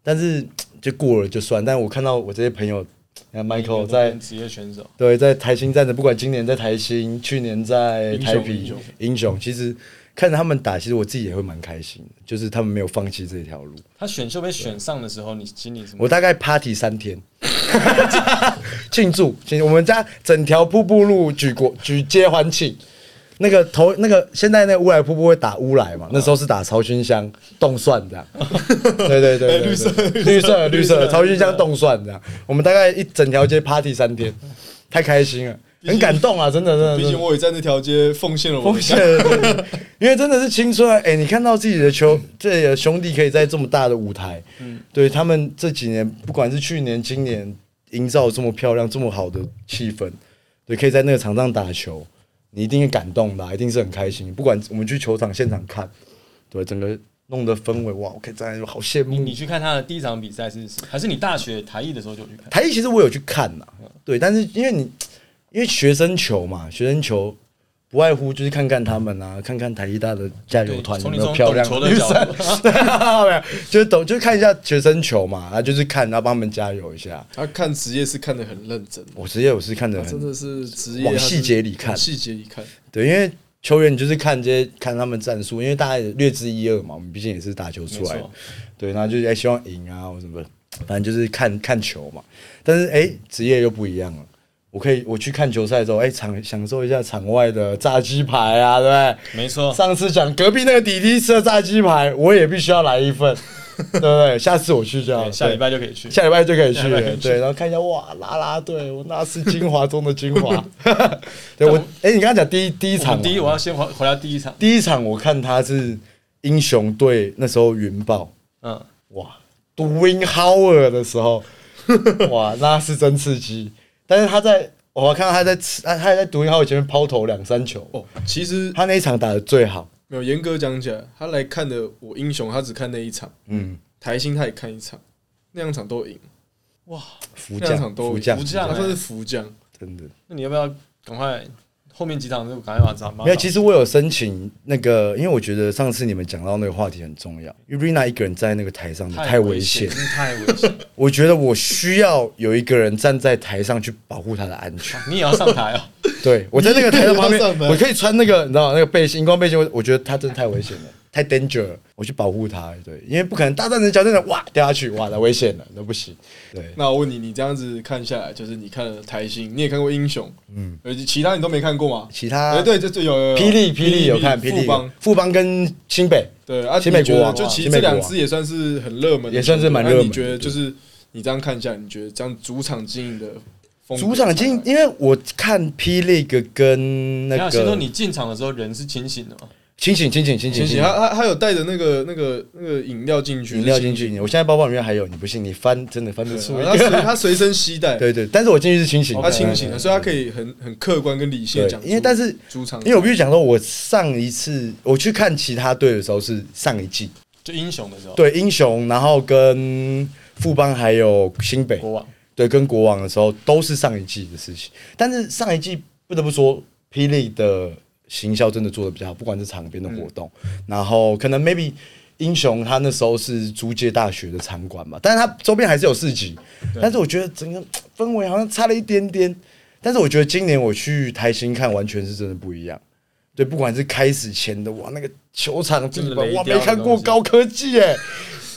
[SPEAKER 1] 但是就过了就算。但我看到我这些朋友，像 Michael 在
[SPEAKER 2] 职业选手，
[SPEAKER 1] 对在台新站的，不管今年在台新，去年在台
[SPEAKER 2] 英
[SPEAKER 1] 啤
[SPEAKER 2] 雄
[SPEAKER 1] 英雄，其实看着他们打，其实我自己也会蛮开心的，就是他们没有放弃这条路。
[SPEAKER 2] 他选秀被选上的时候，你心里什么？
[SPEAKER 1] 我大概 party 三天， 庆祝，庆祝我们家整条瀑布路举国举街欢庆。那个头，那个现在那个乌来瀑布会打乌来嘛？那时候是打曹勋香冻蒜 这样，对对对对哎对，绿色绿色绿色曹勋香冻蒜这样。我们大概一整条街 party 三天，太开心了，很感动啊！真的真的，
[SPEAKER 3] 毕
[SPEAKER 1] 真的
[SPEAKER 3] 竟我也在那条街奉献了我
[SPEAKER 1] 风
[SPEAKER 3] 的
[SPEAKER 1] 险，因为真的是青春啊！哎、你看到自己的球，这里的兄弟可以在这么大的舞台，对他们这几年，不管是去年、今年，营造这么漂亮、这么好的气氛，对，可以在那个场上打球，你一定会感动的啊、一定是很开心。不管我们去球场现场看，对，整个弄的氛围，哇，我可以站在那里好羡慕哦
[SPEAKER 2] 你你去看他的第一场比赛是是还是你大学台艺的时候就有去看？
[SPEAKER 1] 台艺其实我有去看呐、对，但是因为你因为学生球嘛，学生球不外乎就是看看他们啊，看看台艺大的加油团有
[SPEAKER 2] 从
[SPEAKER 1] 没
[SPEAKER 2] 你
[SPEAKER 1] 有
[SPEAKER 2] 从
[SPEAKER 1] 漂
[SPEAKER 2] 懂
[SPEAKER 1] 亮
[SPEAKER 2] 球
[SPEAKER 1] 的
[SPEAKER 2] 的
[SPEAKER 1] 女
[SPEAKER 2] 角
[SPEAKER 1] 生，
[SPEAKER 2] 度，
[SPEAKER 1] 对啊，没有，就是懂，就是看一下学生球嘛，然后就是看，然后帮他们加油一下。
[SPEAKER 3] 他看职业是看得很认真，
[SPEAKER 1] 我职业我是看的
[SPEAKER 3] 他真
[SPEAKER 1] 很
[SPEAKER 3] 的是职业
[SPEAKER 1] 往
[SPEAKER 3] 他是
[SPEAKER 1] 细节里看
[SPEAKER 3] 往细节里看。
[SPEAKER 1] 对，因为球员你就是看这些看他们战术，因为大家也略知一二嘛，我们毕竟也是打球出来的
[SPEAKER 2] 没错，
[SPEAKER 1] 对，然后就是哎、希望赢啊或什么，反正就是看看球嘛。但是哎、职业又不一样了。我可以，我去看球赛的时候，哎、场享受一下场外的炸鸡排啊，对不对？
[SPEAKER 2] 没错，
[SPEAKER 1] 上次讲隔壁那个弟弟吃的炸鸡排，我也必须要来一份，对不对？下次我去就好
[SPEAKER 2] 对
[SPEAKER 1] 了。
[SPEAKER 2] 下礼
[SPEAKER 1] 对
[SPEAKER 2] 拜就可以去。
[SPEAKER 1] 下礼拜就可以去
[SPEAKER 2] 下礼拜可
[SPEAKER 1] 了
[SPEAKER 2] 以，去
[SPEAKER 1] 对，然后看一下哇，啦啦队，我那是精华中的精 华。对我，哎、你刚刚讲第一第一
[SPEAKER 2] 我
[SPEAKER 1] 场
[SPEAKER 2] 们
[SPEAKER 1] 嘛，
[SPEAKER 2] 第一，我要先回回到第一场，
[SPEAKER 1] 第一场我看他是英雄队那时候云豹，
[SPEAKER 2] 嗯，
[SPEAKER 1] 哇，读 Win Howard 的时 候，哇，那是真刺激。但是他在，我看到他在吃，他他在读 Win Howard 前面抛投两三球，
[SPEAKER 3] 哦，其实
[SPEAKER 1] 他那一场打的最好，
[SPEAKER 3] 没有严格讲起来，他来看的我英雄，他只看那一场，
[SPEAKER 1] 嗯，
[SPEAKER 3] 台新他也看一场，那两场都赢，
[SPEAKER 1] 福
[SPEAKER 3] 那两
[SPEAKER 1] 将，
[SPEAKER 3] 场都
[SPEAKER 1] 福
[SPEAKER 3] 赢，
[SPEAKER 1] 将，
[SPEAKER 2] 福
[SPEAKER 1] 福
[SPEAKER 2] 将啊
[SPEAKER 1] 将
[SPEAKER 3] 他算是福将。
[SPEAKER 1] 真的。
[SPEAKER 2] 那你要不要赶快后面几场就赶快把场
[SPEAKER 1] 没有，其
[SPEAKER 2] 实
[SPEAKER 1] 实我有申请那个，因为我觉得上次你们讲到那个话题很重要，因为 Rina 一个人在那个台上太危险，
[SPEAKER 2] 真的太危险。
[SPEAKER 1] 我觉得我需要有一个人站在台上去保护她的安全。
[SPEAKER 2] 你也要上 台哦，
[SPEAKER 1] 对我在那个台上旁边
[SPEAKER 3] 你也要上，门
[SPEAKER 1] 我可以穿那个你知道那个背心，荧光背心，我我觉得她真的太危险了，太 danger，了我去保护她。对，因为不可能大战人脚真的哇掉下去，哇那危险了，那不行。对，
[SPEAKER 3] 那我问你，你这样子看下来，就是你看了台新，你也看过英雄，
[SPEAKER 1] 嗯
[SPEAKER 3] 嗯，而且其他你都没看过嘛？
[SPEAKER 1] 其他
[SPEAKER 3] 哎，对，就就有有有
[SPEAKER 1] 霹雳霹雳有看霹雳
[SPEAKER 3] 富邦，
[SPEAKER 1] 富邦跟新北，
[SPEAKER 3] 对啊，
[SPEAKER 1] 新美
[SPEAKER 3] 你觉得
[SPEAKER 1] 国王
[SPEAKER 3] 就其
[SPEAKER 1] 新
[SPEAKER 3] 实
[SPEAKER 1] 美
[SPEAKER 3] 这
[SPEAKER 1] 国
[SPEAKER 3] 两
[SPEAKER 1] 王
[SPEAKER 3] 支也算是很热门的球队，
[SPEAKER 1] 也算是蛮
[SPEAKER 3] 那
[SPEAKER 1] 热门
[SPEAKER 3] 你
[SPEAKER 1] 的
[SPEAKER 3] 觉得
[SPEAKER 1] 对
[SPEAKER 3] 就是你这样看下来，你觉得这样主场经营的风格
[SPEAKER 1] 主场经，因为我看霹雳跟那
[SPEAKER 2] 你
[SPEAKER 1] 个
[SPEAKER 2] 要先说你进场的时候人是清醒的嘛？
[SPEAKER 1] 清醒清醒清醒
[SPEAKER 3] 清醒，他他他有带着那个那个那个饮料进去，
[SPEAKER 1] 饮料进去，我现在包包里面还有，你不信？你翻真的翻得出
[SPEAKER 3] 对，啊
[SPEAKER 1] 来
[SPEAKER 3] 他。随 他随身携带，
[SPEAKER 1] 对对，但是我进去是清醒的，
[SPEAKER 3] 他清醒
[SPEAKER 1] 对
[SPEAKER 3] 了，所以他可以很很客观跟理性地
[SPEAKER 1] 对
[SPEAKER 3] 讲出。
[SPEAKER 1] 因为但是
[SPEAKER 3] 主场，
[SPEAKER 1] 因为我必须讲说，我上一次我去看其他队的时候是上一季，
[SPEAKER 2] 就英雄的时候，
[SPEAKER 1] 对英雄，然后跟富邦还有新北，
[SPEAKER 2] 国王
[SPEAKER 1] 对，跟国王的时候都是上一季的事情。但是上一季不得不说，霹雳的行销真的做的比较好，不管是场边的
[SPEAKER 2] 嗯
[SPEAKER 1] 活动，然后可能 maybe 英雄他那时候是租借大学的场馆嘛，但是他周边还是有市集，但是我觉得整个氛围好像差了一点点。但是我觉得今年我去台新看，完全是真的不一样。对，不管是开始前的哇，那个球场地
[SPEAKER 2] 就是
[SPEAKER 1] 板
[SPEAKER 2] 雷
[SPEAKER 1] 哇，
[SPEAKER 2] 雕
[SPEAKER 1] 没
[SPEAKER 2] 的
[SPEAKER 1] 看过
[SPEAKER 2] 东西
[SPEAKER 1] 高科技哎、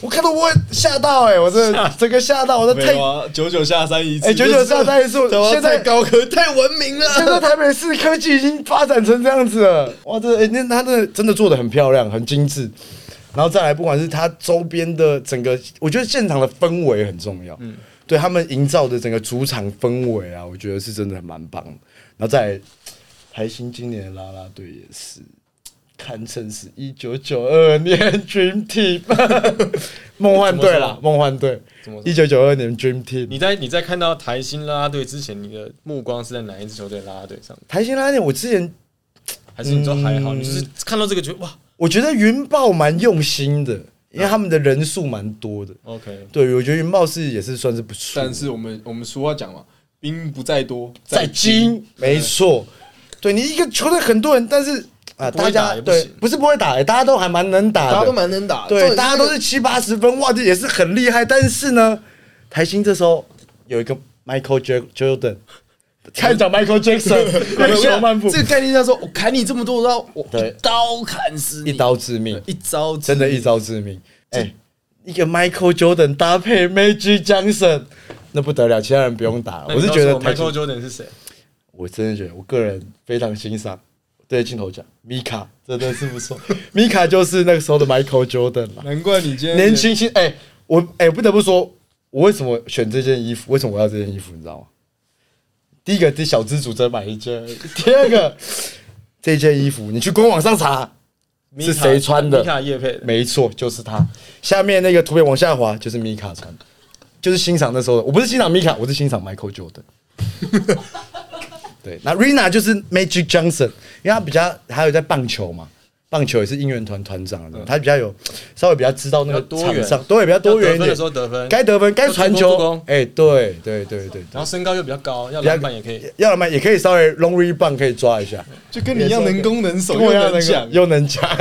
[SPEAKER 1] 我看到我也吓到哎、我真 的整个吓到，我
[SPEAKER 3] 没
[SPEAKER 1] 的太
[SPEAKER 3] 有啊，九九下山一次，
[SPEAKER 1] 哎九九下山一次
[SPEAKER 3] 对啊
[SPEAKER 1] 现在
[SPEAKER 3] 太高科太文明了，
[SPEAKER 1] 现在台北市科技已经发展成这样子了，哇，这哎那、它的真的做的很漂亮，很精致。然后再来，不管是它周边的整个，我觉得现场的氛围很重要。嗯，对他们营造的整个主场氛围啊，我觉得是真的蛮棒的。然后再来，台新今年的啦啦队也是堪称是一九九二年 Dream Team 梦幻队啦，梦幻队
[SPEAKER 2] 怎么，说
[SPEAKER 1] 一九九二年 Dream Team。
[SPEAKER 2] 你在你在看到台新啦啦队之前，你的目光是在哪一支球队啦啦队上？
[SPEAKER 1] 台新拉拉队，我之前
[SPEAKER 2] 还是你说还好？
[SPEAKER 1] 嗯
[SPEAKER 2] 你就是看到这个觉得哇
[SPEAKER 1] 我觉得云豹蛮用心的，因为他们的人数蛮多的。
[SPEAKER 2] ，OK，
[SPEAKER 1] 对，我觉得云豹是也是算是不错，
[SPEAKER 3] 但是我们我们俗话讲嘛，兵不在多，
[SPEAKER 1] 在
[SPEAKER 3] 精。
[SPEAKER 1] 精，没错。对你一个球队很多人，但是啊，
[SPEAKER 2] 不
[SPEAKER 1] 大
[SPEAKER 2] 会打
[SPEAKER 1] 家
[SPEAKER 2] 也不
[SPEAKER 1] 对
[SPEAKER 2] 行
[SPEAKER 1] 不是不会打、欸大家都还蛮能打的，
[SPEAKER 3] 大家都蛮能打，重点
[SPEAKER 1] 对，
[SPEAKER 3] 是
[SPEAKER 1] 大家都是七八十分，哇，这也是很厉害。但是呢，台新这时候有一个 Michael J- Jordan，看讲 Michael Jackson，
[SPEAKER 3] 那个
[SPEAKER 1] 那小漫步
[SPEAKER 3] 这，个概念叫做我砍你这么多刀，我
[SPEAKER 1] 对
[SPEAKER 3] 一刀砍死你，
[SPEAKER 1] 一刀致命，
[SPEAKER 3] 一招
[SPEAKER 1] 真的，一
[SPEAKER 3] 招。
[SPEAKER 1] 招致命。哎、一个 Michael Jordan 搭配 Magic Johnson，那不得了，其他人不用打了。
[SPEAKER 2] 那
[SPEAKER 1] 我
[SPEAKER 2] 你
[SPEAKER 1] 是
[SPEAKER 2] 告
[SPEAKER 1] 觉
[SPEAKER 2] 诉
[SPEAKER 1] 得
[SPEAKER 2] 我
[SPEAKER 1] 台球
[SPEAKER 2] Michael，Jordan 是谁？
[SPEAKER 1] 我真的觉得我个人非常欣赏。对镜头讲，米卡真的是不 错，米卡就是那个时候的 Michael Jordan 啦。
[SPEAKER 3] 难怪你今天
[SPEAKER 1] 年轻轻，哎、我哎、不得不说，我为什么选这件衣服？为什么我要这件衣服？你知道吗？第一个，这小资主只买一件而已；第二个，这件衣服你去官网上查，是谁穿的
[SPEAKER 2] 米卡叶佩的，
[SPEAKER 1] 没错，就是他。下面那个图片往下滑，就是米卡穿的，就是欣赏那时候的。我不是欣赏米卡，我是欣赏 Michael Jordan。对，那 Rina 就是 Magic Johnson，因为他比较还有在棒球嘛，棒球也是应援团团长的，他比较有稍微比较知道那
[SPEAKER 2] 要
[SPEAKER 1] 个
[SPEAKER 2] 嗯多
[SPEAKER 1] 场
[SPEAKER 2] 元
[SPEAKER 1] 上，对，比较多元一
[SPEAKER 2] 要得分的时
[SPEAKER 1] 点。
[SPEAKER 2] 候得分，
[SPEAKER 1] 该得分该传
[SPEAKER 2] 要助
[SPEAKER 1] 球
[SPEAKER 2] 攻，
[SPEAKER 1] 哎、对对对对，
[SPEAKER 2] 然后身高又比较高，要篮板也可以。
[SPEAKER 1] 要了嘛也可以稍微 long rebound 可以抓一下。
[SPEAKER 3] 就跟你一样能攻能守，
[SPEAKER 1] 跟我一样
[SPEAKER 3] 能
[SPEAKER 1] 讲
[SPEAKER 3] 讲，
[SPEAKER 1] 又能 讲，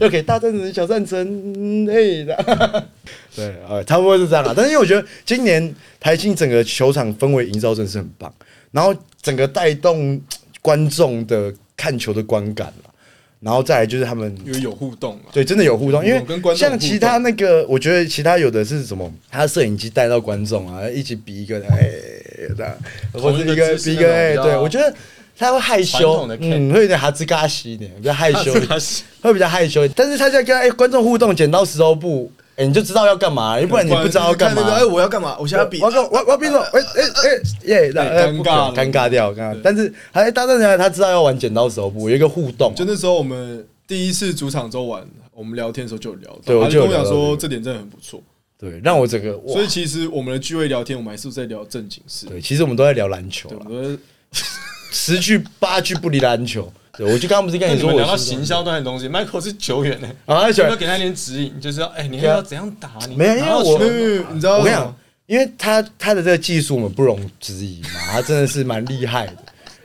[SPEAKER 1] 又给大战神、小战神，哎的， 对，呃，差不多是这样啦。但是因为我觉得今年台庆整个球场氛围营造真的是很棒，然后整个带动观众的看球的观感啦，然后再来就是他们
[SPEAKER 3] 因为有互动啊嘛。
[SPEAKER 1] 对，真的有互动，因
[SPEAKER 3] 有跟观
[SPEAKER 1] 为
[SPEAKER 3] 众
[SPEAKER 1] 像其他那个，我觉得其他有的是什么，他摄影机带到观众啊，一起比一个哎这样，或
[SPEAKER 2] 同
[SPEAKER 1] 者
[SPEAKER 2] 一个
[SPEAKER 1] 一个
[SPEAKER 2] 姿势
[SPEAKER 1] 比一个
[SPEAKER 2] 那种
[SPEAKER 1] 哎，
[SPEAKER 2] 比较
[SPEAKER 1] 对我觉得他会害
[SPEAKER 2] 传
[SPEAKER 1] 羞
[SPEAKER 2] 统的，Ken
[SPEAKER 1] 嗯，会有点哈兹嘎西一点，比较害羞一点，
[SPEAKER 2] 哈兹嘎西
[SPEAKER 1] 会比较害羞一点。但是他在跟哎观众互动，剪刀石头布，哎你就知道要干嘛， 不然你不知道要干
[SPEAKER 3] 看那个
[SPEAKER 1] 嘛
[SPEAKER 3] 哎，。我要干嘛？我现在比
[SPEAKER 1] 我要跟我要我要变成哎哎哎耶，那
[SPEAKER 3] 哎
[SPEAKER 1] 哎
[SPEAKER 3] 尴
[SPEAKER 1] 不
[SPEAKER 3] 尬
[SPEAKER 1] 可
[SPEAKER 3] 了
[SPEAKER 1] 尴尬掉，尴尬。但是还搭档起来，他知道要玩剪刀石头布，有一个互动啊，
[SPEAKER 3] 就那时候我们第一次主场周玩，我们聊天的时候就有聊到，
[SPEAKER 1] 对我
[SPEAKER 3] 他
[SPEAKER 1] 就有
[SPEAKER 3] 跟我讲
[SPEAKER 1] 聊到这
[SPEAKER 3] 说
[SPEAKER 1] 个
[SPEAKER 3] 这点真的很不错。
[SPEAKER 1] 对，让我整个哇
[SPEAKER 3] 所以其实我们的聚会聊天，我们还是在聊正经事。
[SPEAKER 1] 对，其实我们都在聊篮球
[SPEAKER 3] 对，
[SPEAKER 1] 啦
[SPEAKER 3] 我，们
[SPEAKER 1] 十句八句不离篮 球。对，我就刚刚不是
[SPEAKER 2] 那
[SPEAKER 1] 跟
[SPEAKER 2] 你
[SPEAKER 1] 说
[SPEAKER 2] 们
[SPEAKER 1] 我
[SPEAKER 2] 聊到
[SPEAKER 1] 是
[SPEAKER 2] 行销端的东西，Michael 是球员呢，
[SPEAKER 1] 啊，
[SPEAKER 2] 有没有
[SPEAKER 1] 选
[SPEAKER 2] 给他一点指引？就是要哎，你
[SPEAKER 1] 对啊
[SPEAKER 2] 要怎样打？你
[SPEAKER 1] 没有因为
[SPEAKER 2] 拿到
[SPEAKER 1] 我
[SPEAKER 2] 球
[SPEAKER 3] 没有没有没有你知道
[SPEAKER 1] 我跟你
[SPEAKER 3] 为什
[SPEAKER 1] 讲
[SPEAKER 3] 么，
[SPEAKER 1] 因为他他的这个技术我们不容置疑嘛，他真的是蛮厉 害的，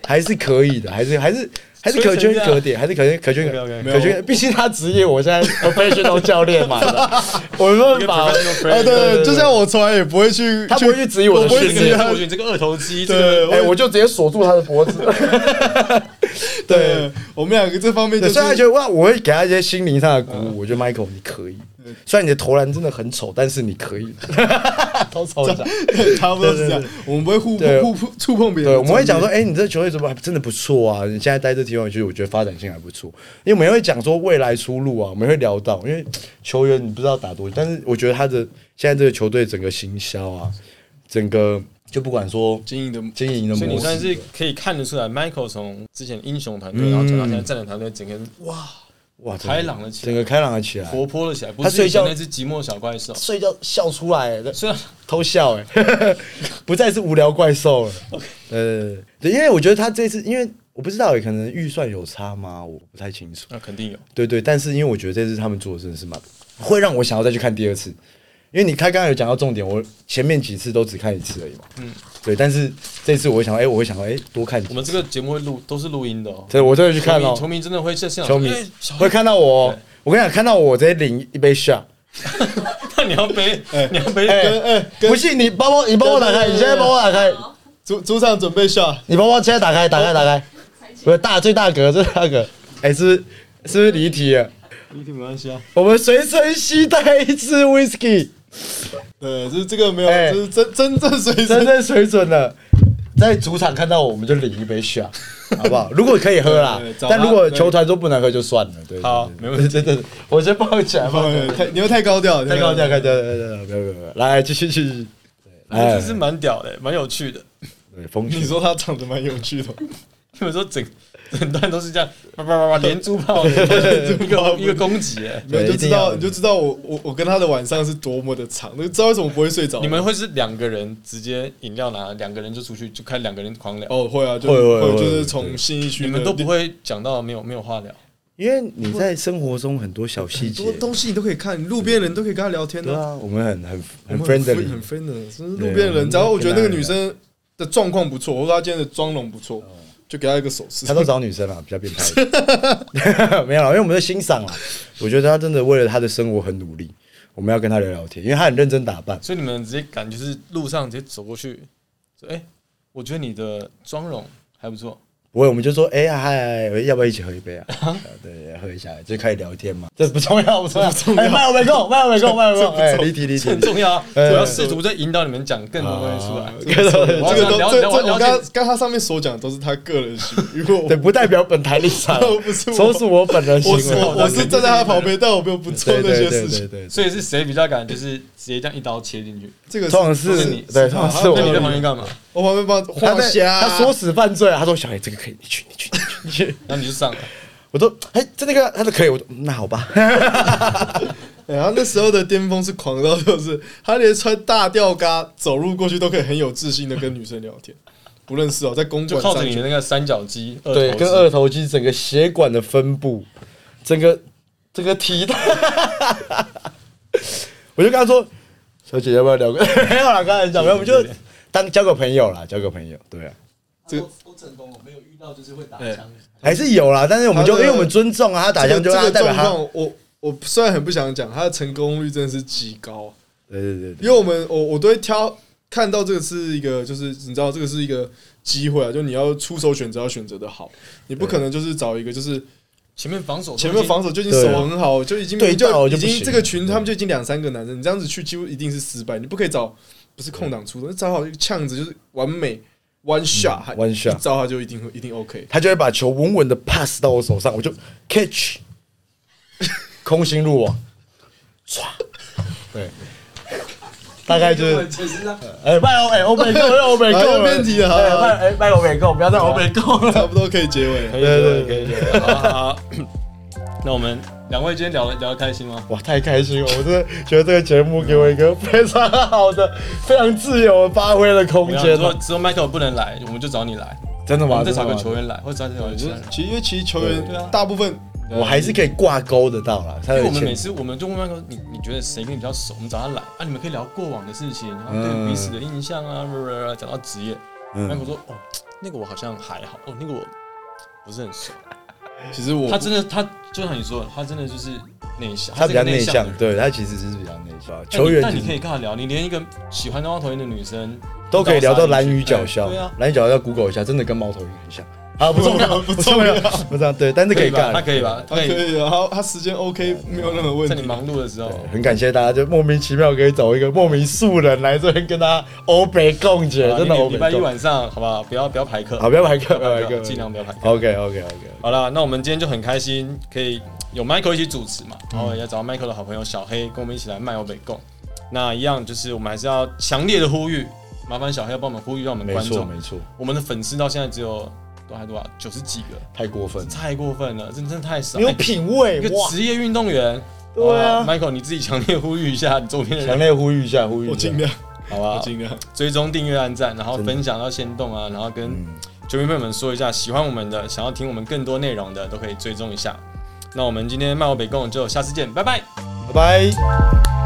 [SPEAKER 1] 还是可以的，还是还是还是可圈可点，还是可圈可圈
[SPEAKER 2] OK，OK
[SPEAKER 1] 可圈，毕竟他职业我现在 professional 教练嘛，我没办法，
[SPEAKER 2] 哎
[SPEAKER 3] 哎，对，就像我从来也不会去，
[SPEAKER 1] 他不会去质疑我的
[SPEAKER 3] 我不会
[SPEAKER 1] 训
[SPEAKER 2] 这
[SPEAKER 1] 练
[SPEAKER 2] 个
[SPEAKER 3] 质疑，
[SPEAKER 2] 我觉得你这个二头肌，这
[SPEAKER 3] 对
[SPEAKER 2] 个
[SPEAKER 1] 哎，我就直接锁住他的脖 子。
[SPEAKER 3] 对，我们两个这方面就
[SPEAKER 1] 对，
[SPEAKER 3] 是
[SPEAKER 1] 所以他觉得哇，我会给他一些心灵上的鼓舞。我觉得 Michael 你可以，虽然你的投篮真的很丑，但是你可以。都丑讲，
[SPEAKER 3] 差不多是这
[SPEAKER 1] 对
[SPEAKER 3] 样
[SPEAKER 1] 对。
[SPEAKER 3] 我们不会互
[SPEAKER 1] 对
[SPEAKER 3] 碰、互碰触碰别人的专业，
[SPEAKER 1] 对，我们会讲说，哎、你这球队怎么还真的不错啊？你现在待这地方，其实我觉得发展性还不错。因为我们会讲说未来出路啊，我们会聊到，因为球员你不知道打多久，但是我觉得他的现在这个球队整个行销啊，整个就不管说
[SPEAKER 3] 经营的
[SPEAKER 1] 经营的
[SPEAKER 2] 所以
[SPEAKER 1] 模
[SPEAKER 2] 你算
[SPEAKER 1] 式，
[SPEAKER 2] 是可以看得出来，Michael 从之前英雄团队，然后转到现在战略团队，整个人哇，
[SPEAKER 1] 哇，
[SPEAKER 2] 开朗了起
[SPEAKER 1] 整
[SPEAKER 2] 来，
[SPEAKER 1] 个开朗了起来，
[SPEAKER 2] 活泼了起来，不
[SPEAKER 1] 他
[SPEAKER 2] 是
[SPEAKER 1] 睡
[SPEAKER 2] 以前
[SPEAKER 1] 觉
[SPEAKER 2] 那只寂寞小怪兽。
[SPEAKER 1] 睡觉笑出来，
[SPEAKER 2] 虽然
[SPEAKER 1] 偷笑哎、 不再是无聊怪兽了。对对对对，因为我觉得他这次，因为我不知道，也欸可能预算有差吗？我不太清楚。
[SPEAKER 2] 那肯定有，
[SPEAKER 1] 对对，但是因为我觉得这次他们做的真的是蛮，会让我想要再去看第二次。因为你看刚刚有讲到重点，我前面几次都只看一次而已嘛。嗯，对，但是这次我会想，哎、我会想要，哎、多看几
[SPEAKER 2] 我
[SPEAKER 1] 次。
[SPEAKER 2] 们这个节目会录都是录音的哦。
[SPEAKER 1] 对，我真的去看
[SPEAKER 2] 球
[SPEAKER 1] 了
[SPEAKER 2] 迷，球迷真的会在现场
[SPEAKER 1] 球迷
[SPEAKER 2] 说哎小
[SPEAKER 1] 会看到我哦。我跟你讲，看到我直接领一杯 shot。
[SPEAKER 2] 那你要背，你要背
[SPEAKER 1] 哎、
[SPEAKER 2] 跟
[SPEAKER 3] 哎跟
[SPEAKER 1] 不信你帮我，你帮我打开，你现在帮我打开。
[SPEAKER 3] 主主场准备下，
[SPEAKER 1] 你包包现在打开，打开，打开，不是大最大格，最大格，哎、是不是是不是离题了？
[SPEAKER 3] 一定没关系啊。
[SPEAKER 1] 我们随身携带一支 whisky，
[SPEAKER 3] 对，就是这个没有，
[SPEAKER 1] 哎
[SPEAKER 3] 就是真真正水
[SPEAKER 1] 真
[SPEAKER 3] 准。
[SPEAKER 1] 正水准了。在主场看到我，我们就领一杯 s 好不好？如果可以喝啦
[SPEAKER 3] 对对，找他
[SPEAKER 1] 但如果球团说不能喝就算了。对，对
[SPEAKER 2] 好
[SPEAKER 1] 对对对对对，我先抱起来，抱起来，
[SPEAKER 3] 太你又太高调，
[SPEAKER 1] 太高调，太高调，太高调，不要不要不要，来继续继续，
[SPEAKER 2] 哎，
[SPEAKER 1] 哎
[SPEAKER 2] 其实蛮屌的，蛮有趣的。
[SPEAKER 1] 对，风
[SPEAKER 3] 你
[SPEAKER 1] 趣。
[SPEAKER 3] 说他长得蛮有趣的，
[SPEAKER 2] 有时候整整段都是这样，叭叭叭叭连珠炮，一个一个攻击。哎
[SPEAKER 3] 没
[SPEAKER 1] 对
[SPEAKER 3] 有你就
[SPEAKER 1] 一定
[SPEAKER 3] 知道，
[SPEAKER 1] 要
[SPEAKER 3] 你就知道我我我跟他的晚上是多么的长，就知道为什么不会睡着。
[SPEAKER 2] 你们会是两个人直接饮料拿，两个人就出去就开两个人狂聊，
[SPEAKER 3] 哦会啊，就
[SPEAKER 1] 会会会
[SPEAKER 3] 就是
[SPEAKER 1] 会
[SPEAKER 3] 从信义区
[SPEAKER 2] 你
[SPEAKER 3] 的，
[SPEAKER 2] 们都不会讲到没有没有话聊。
[SPEAKER 1] 因为你在生活中很多小细
[SPEAKER 3] 很
[SPEAKER 1] 节
[SPEAKER 3] 多，东西你都可以看，路边人都可以跟他聊天
[SPEAKER 1] 对
[SPEAKER 3] 的、
[SPEAKER 1] 啊，我们很很
[SPEAKER 3] 我
[SPEAKER 1] 很
[SPEAKER 3] 们
[SPEAKER 1] friendly，
[SPEAKER 3] 很 friendly，就是
[SPEAKER 1] 对啊
[SPEAKER 3] 路边
[SPEAKER 1] 我
[SPEAKER 3] 人，
[SPEAKER 1] 们
[SPEAKER 3] 只要我觉得那个
[SPEAKER 1] 跟他
[SPEAKER 3] 女生的状况不错，或者她今天的妆容不错，就给她一个手
[SPEAKER 1] 哦
[SPEAKER 3] 势
[SPEAKER 1] 他。都找女生了，比较变态一点。 没有啦，因为我们在欣赏啊，我觉得他真的为了他的生活很努力。我们要跟他聊聊天，因为他很认真打扮。
[SPEAKER 2] 所以你们直接感觉是路上直接走过去，说：“哎、我觉得你的妆容还不错。
[SPEAKER 1] 不会，我们就说，哎、呀，嗨，要不要一起喝一杯啊？对，喝一下就开始聊天嘛。这不重要，不重 要，重要。哎，麦我没空，麦我没空，麦我没空。哎，离题离”题
[SPEAKER 2] 这。很重要啊！我
[SPEAKER 1] 哎
[SPEAKER 2] 要试图在引导你们讲更多东西出来。
[SPEAKER 1] 这个重要
[SPEAKER 2] 我
[SPEAKER 3] 这
[SPEAKER 2] 要
[SPEAKER 3] 个都
[SPEAKER 2] 了
[SPEAKER 3] 这
[SPEAKER 2] 解
[SPEAKER 3] 这
[SPEAKER 2] 我要
[SPEAKER 3] 我刚
[SPEAKER 2] 了
[SPEAKER 3] 刚
[SPEAKER 2] 解
[SPEAKER 3] 刚他上面所讲的都是他个 人行为，因为我
[SPEAKER 1] 对，不代表本台立 场，
[SPEAKER 3] 不是我
[SPEAKER 1] 都是我本人行
[SPEAKER 3] 我
[SPEAKER 1] 为。
[SPEAKER 3] 是我我是站在他旁边，但我没有不做
[SPEAKER 1] 对
[SPEAKER 3] 那
[SPEAKER 1] 对
[SPEAKER 3] 些事
[SPEAKER 1] 对对
[SPEAKER 3] 情。
[SPEAKER 1] 对，
[SPEAKER 2] 所以是谁比较敢，就是直接这样一刀切进去？
[SPEAKER 3] 这个
[SPEAKER 1] 通常
[SPEAKER 2] 是
[SPEAKER 1] 是
[SPEAKER 2] 你啊
[SPEAKER 1] 对，通常是
[SPEAKER 3] 那
[SPEAKER 1] 我
[SPEAKER 2] 那你在旁边干嘛？
[SPEAKER 3] 我旁边帮
[SPEAKER 1] 他
[SPEAKER 3] 晃
[SPEAKER 1] 在
[SPEAKER 3] 虾，
[SPEAKER 1] 他唆使犯罪啊，他说小野这个可以，你去，你去，你去，你去。
[SPEAKER 2] 然后你就上了。
[SPEAKER 1] 我说，哎、这那个，他说可以，我说嗯那好吧，
[SPEAKER 3] 然哎后那时候的巅峰是狂到，就是他连穿大吊嘎走路过去都可以很有自信的跟女生聊天，不认识哦，在公
[SPEAKER 2] 就
[SPEAKER 3] 馆
[SPEAKER 2] 靠
[SPEAKER 3] 上
[SPEAKER 2] 着你的那个三角肌，二
[SPEAKER 1] 对，
[SPEAKER 2] 头肌
[SPEAKER 1] 跟二头肌整个血管的分布，整个整个体态， 我就跟他说，小姐要不要聊个？ 没有啦，刚才讲没有，我们就当交个朋友啦，交个朋友，对啊，
[SPEAKER 3] 这个
[SPEAKER 2] 都成功了，没有遇到就是会打
[SPEAKER 3] 对
[SPEAKER 1] 还是有啦，但是我们就
[SPEAKER 3] 他
[SPEAKER 1] 因
[SPEAKER 3] 的
[SPEAKER 1] 为我们尊重啊，他打
[SPEAKER 3] 这
[SPEAKER 1] 枪
[SPEAKER 3] 个
[SPEAKER 1] 就
[SPEAKER 3] 这
[SPEAKER 1] 让他
[SPEAKER 3] 个
[SPEAKER 1] 代表
[SPEAKER 3] 状
[SPEAKER 1] 他，
[SPEAKER 3] 况，我我虽然很不想讲，他的成功率真的是极高，
[SPEAKER 1] 对对对
[SPEAKER 3] 因为我们我我都会挑看到这个是一个，就是你知道这个是一个机会啊，就你要出手选择要选择的好，你不可能就是找一个就是
[SPEAKER 2] 前面防守，
[SPEAKER 3] 前面防守就已经
[SPEAKER 1] 对
[SPEAKER 3] 手很好，就已经
[SPEAKER 1] 对到
[SPEAKER 3] 就
[SPEAKER 1] 了
[SPEAKER 3] 已
[SPEAKER 1] 就不
[SPEAKER 3] 经
[SPEAKER 1] 行
[SPEAKER 3] 这个群他们就已经两三个男生，你这样子去几乎一定是失败，你不可以找不是空档出手，找好一个呛子就是完美 one shot、还
[SPEAKER 1] 嗯 one shot
[SPEAKER 3] 一招他就一定会一定 OK。
[SPEAKER 1] 他就会把球稳稳的 pass 到我手上，我就 catch，空心入网，唰，对，大概就是。哎，拜欧哎，欧美够，欧 美够
[SPEAKER 3] 好又
[SPEAKER 1] 了，
[SPEAKER 3] 变题了好
[SPEAKER 1] 哎
[SPEAKER 3] 好
[SPEAKER 1] 拜哎拜欧美够，不要再欧美够了。
[SPEAKER 3] 差不多可以结尾了，
[SPEAKER 2] 可以啊可以
[SPEAKER 1] 对对
[SPEAKER 2] 可以。 好好 好那我们两位今天聊得聊得开心吗？
[SPEAKER 1] 哇，太开心了！我真的觉得这个节目给我一个 非常好的、非常自由发挥的空
[SPEAKER 2] 我想
[SPEAKER 1] 间啊
[SPEAKER 2] 说，之后 Michael 不能来，我们就找你来，
[SPEAKER 1] 真的
[SPEAKER 2] 我
[SPEAKER 1] 吗？
[SPEAKER 2] 们再找个
[SPEAKER 1] 真的吗
[SPEAKER 2] 球，员来，或者找找
[SPEAKER 3] 就
[SPEAKER 2] 其
[SPEAKER 3] 是
[SPEAKER 2] 他人来。
[SPEAKER 3] 其实因为其实球
[SPEAKER 2] 对啊
[SPEAKER 3] 员大部分
[SPEAKER 1] 我还是可以挂钩得到啦。他
[SPEAKER 2] 因
[SPEAKER 1] 有
[SPEAKER 2] 为我们
[SPEAKER 1] 潜
[SPEAKER 2] 每次我们就问 Michael，你你觉得谁跟你比较熟？我们找他来啊，你们可以聊过往的事情，然后对
[SPEAKER 1] 嗯
[SPEAKER 2] 彼此的印象啊，不不不讲到职业。Michael
[SPEAKER 1] 嗯，
[SPEAKER 2] 说哦，那个我好像还好，哦，那个我不是很熟。
[SPEAKER 3] 其实我
[SPEAKER 2] 他真的，他就像你说的，他真的就是内向，
[SPEAKER 1] 他
[SPEAKER 2] 是
[SPEAKER 1] 比
[SPEAKER 2] 一个
[SPEAKER 1] 较内
[SPEAKER 2] 向
[SPEAKER 1] 向
[SPEAKER 2] 的，人。
[SPEAKER 1] 对他其实是比较内向。
[SPEAKER 2] 但你
[SPEAKER 1] 球员
[SPEAKER 2] 但
[SPEAKER 1] 其
[SPEAKER 2] 你
[SPEAKER 1] 实
[SPEAKER 2] 可以跟他聊，你连一个喜欢东方投影的女生
[SPEAKER 1] 都可以聊到蓝鱼角
[SPEAKER 2] 哎
[SPEAKER 1] 鸮
[SPEAKER 2] 对啊，，
[SPEAKER 1] 蓝鱼角鸮要 Google 一下，真的跟猫头鹰很像。啊，不重要，不
[SPEAKER 3] 不重
[SPEAKER 1] 重
[SPEAKER 3] 要
[SPEAKER 1] 要，不重要。对，但是可以
[SPEAKER 2] 吧？
[SPEAKER 1] 干，
[SPEAKER 2] 他可以吧？他
[SPEAKER 3] 他
[SPEAKER 2] 可
[SPEAKER 3] 可
[SPEAKER 2] 以
[SPEAKER 3] 以，然后他时间 OK 没有任何问
[SPEAKER 2] 在
[SPEAKER 3] 题
[SPEAKER 2] 你。忙碌的时候，
[SPEAKER 1] 很感谢大家，就莫名其妙可以找一个莫名素人来这边跟大家欧北共解，
[SPEAKER 2] 啊
[SPEAKER 1] 真的
[SPEAKER 2] 礼
[SPEAKER 1] 欧
[SPEAKER 2] 礼
[SPEAKER 1] 北
[SPEAKER 2] 拜一
[SPEAKER 1] 共。
[SPEAKER 2] 晚上，好不好？不要不要排课，
[SPEAKER 1] 好，不要排课，不要
[SPEAKER 2] 排
[SPEAKER 1] 排课，
[SPEAKER 2] 尽量不要排课。
[SPEAKER 1] OK OK OK，
[SPEAKER 2] 好了，那我们今天就很开心，可以有 Michael 一起主持嘛，
[SPEAKER 1] 嗯
[SPEAKER 2] 然后也找到 Michael 的好朋友小黑跟我们一起来漫游北贡。那一样就是我们还是要强烈的呼吁，麻烦小黑要帮我们呼吁，让我们
[SPEAKER 1] 没
[SPEAKER 2] 观
[SPEAKER 1] 错
[SPEAKER 2] 众，
[SPEAKER 1] 没错，
[SPEAKER 2] 我们的粉丝到现在只有都还多少九十几个，
[SPEAKER 4] 太过分了。
[SPEAKER 2] 太过分了，真真的太少。
[SPEAKER 1] 你有
[SPEAKER 2] 哎
[SPEAKER 1] 品
[SPEAKER 2] 一
[SPEAKER 1] 味
[SPEAKER 2] 个
[SPEAKER 1] 哇！
[SPEAKER 2] 职业运动员，
[SPEAKER 1] 对啊
[SPEAKER 2] 好吧，Michael，你自己强烈呼吁一下你周边的
[SPEAKER 4] 强
[SPEAKER 2] 人
[SPEAKER 4] 烈呼吁一下，呼吁一
[SPEAKER 3] 我
[SPEAKER 4] 下
[SPEAKER 3] 尽，量，
[SPEAKER 4] 好
[SPEAKER 3] 我
[SPEAKER 4] 吧？
[SPEAKER 3] 尽量。
[SPEAKER 2] 追踪、订阅、按赞，然后
[SPEAKER 4] 真的
[SPEAKER 2] 分享到线动啊，然后跟
[SPEAKER 4] 嗯，
[SPEAKER 2] 球迷朋友们说一下，喜欢我们的，想要听我们更多内容的，都可以追踪一下。那我们今天漫游北贡就下次见，拜拜。
[SPEAKER 1] 拜拜。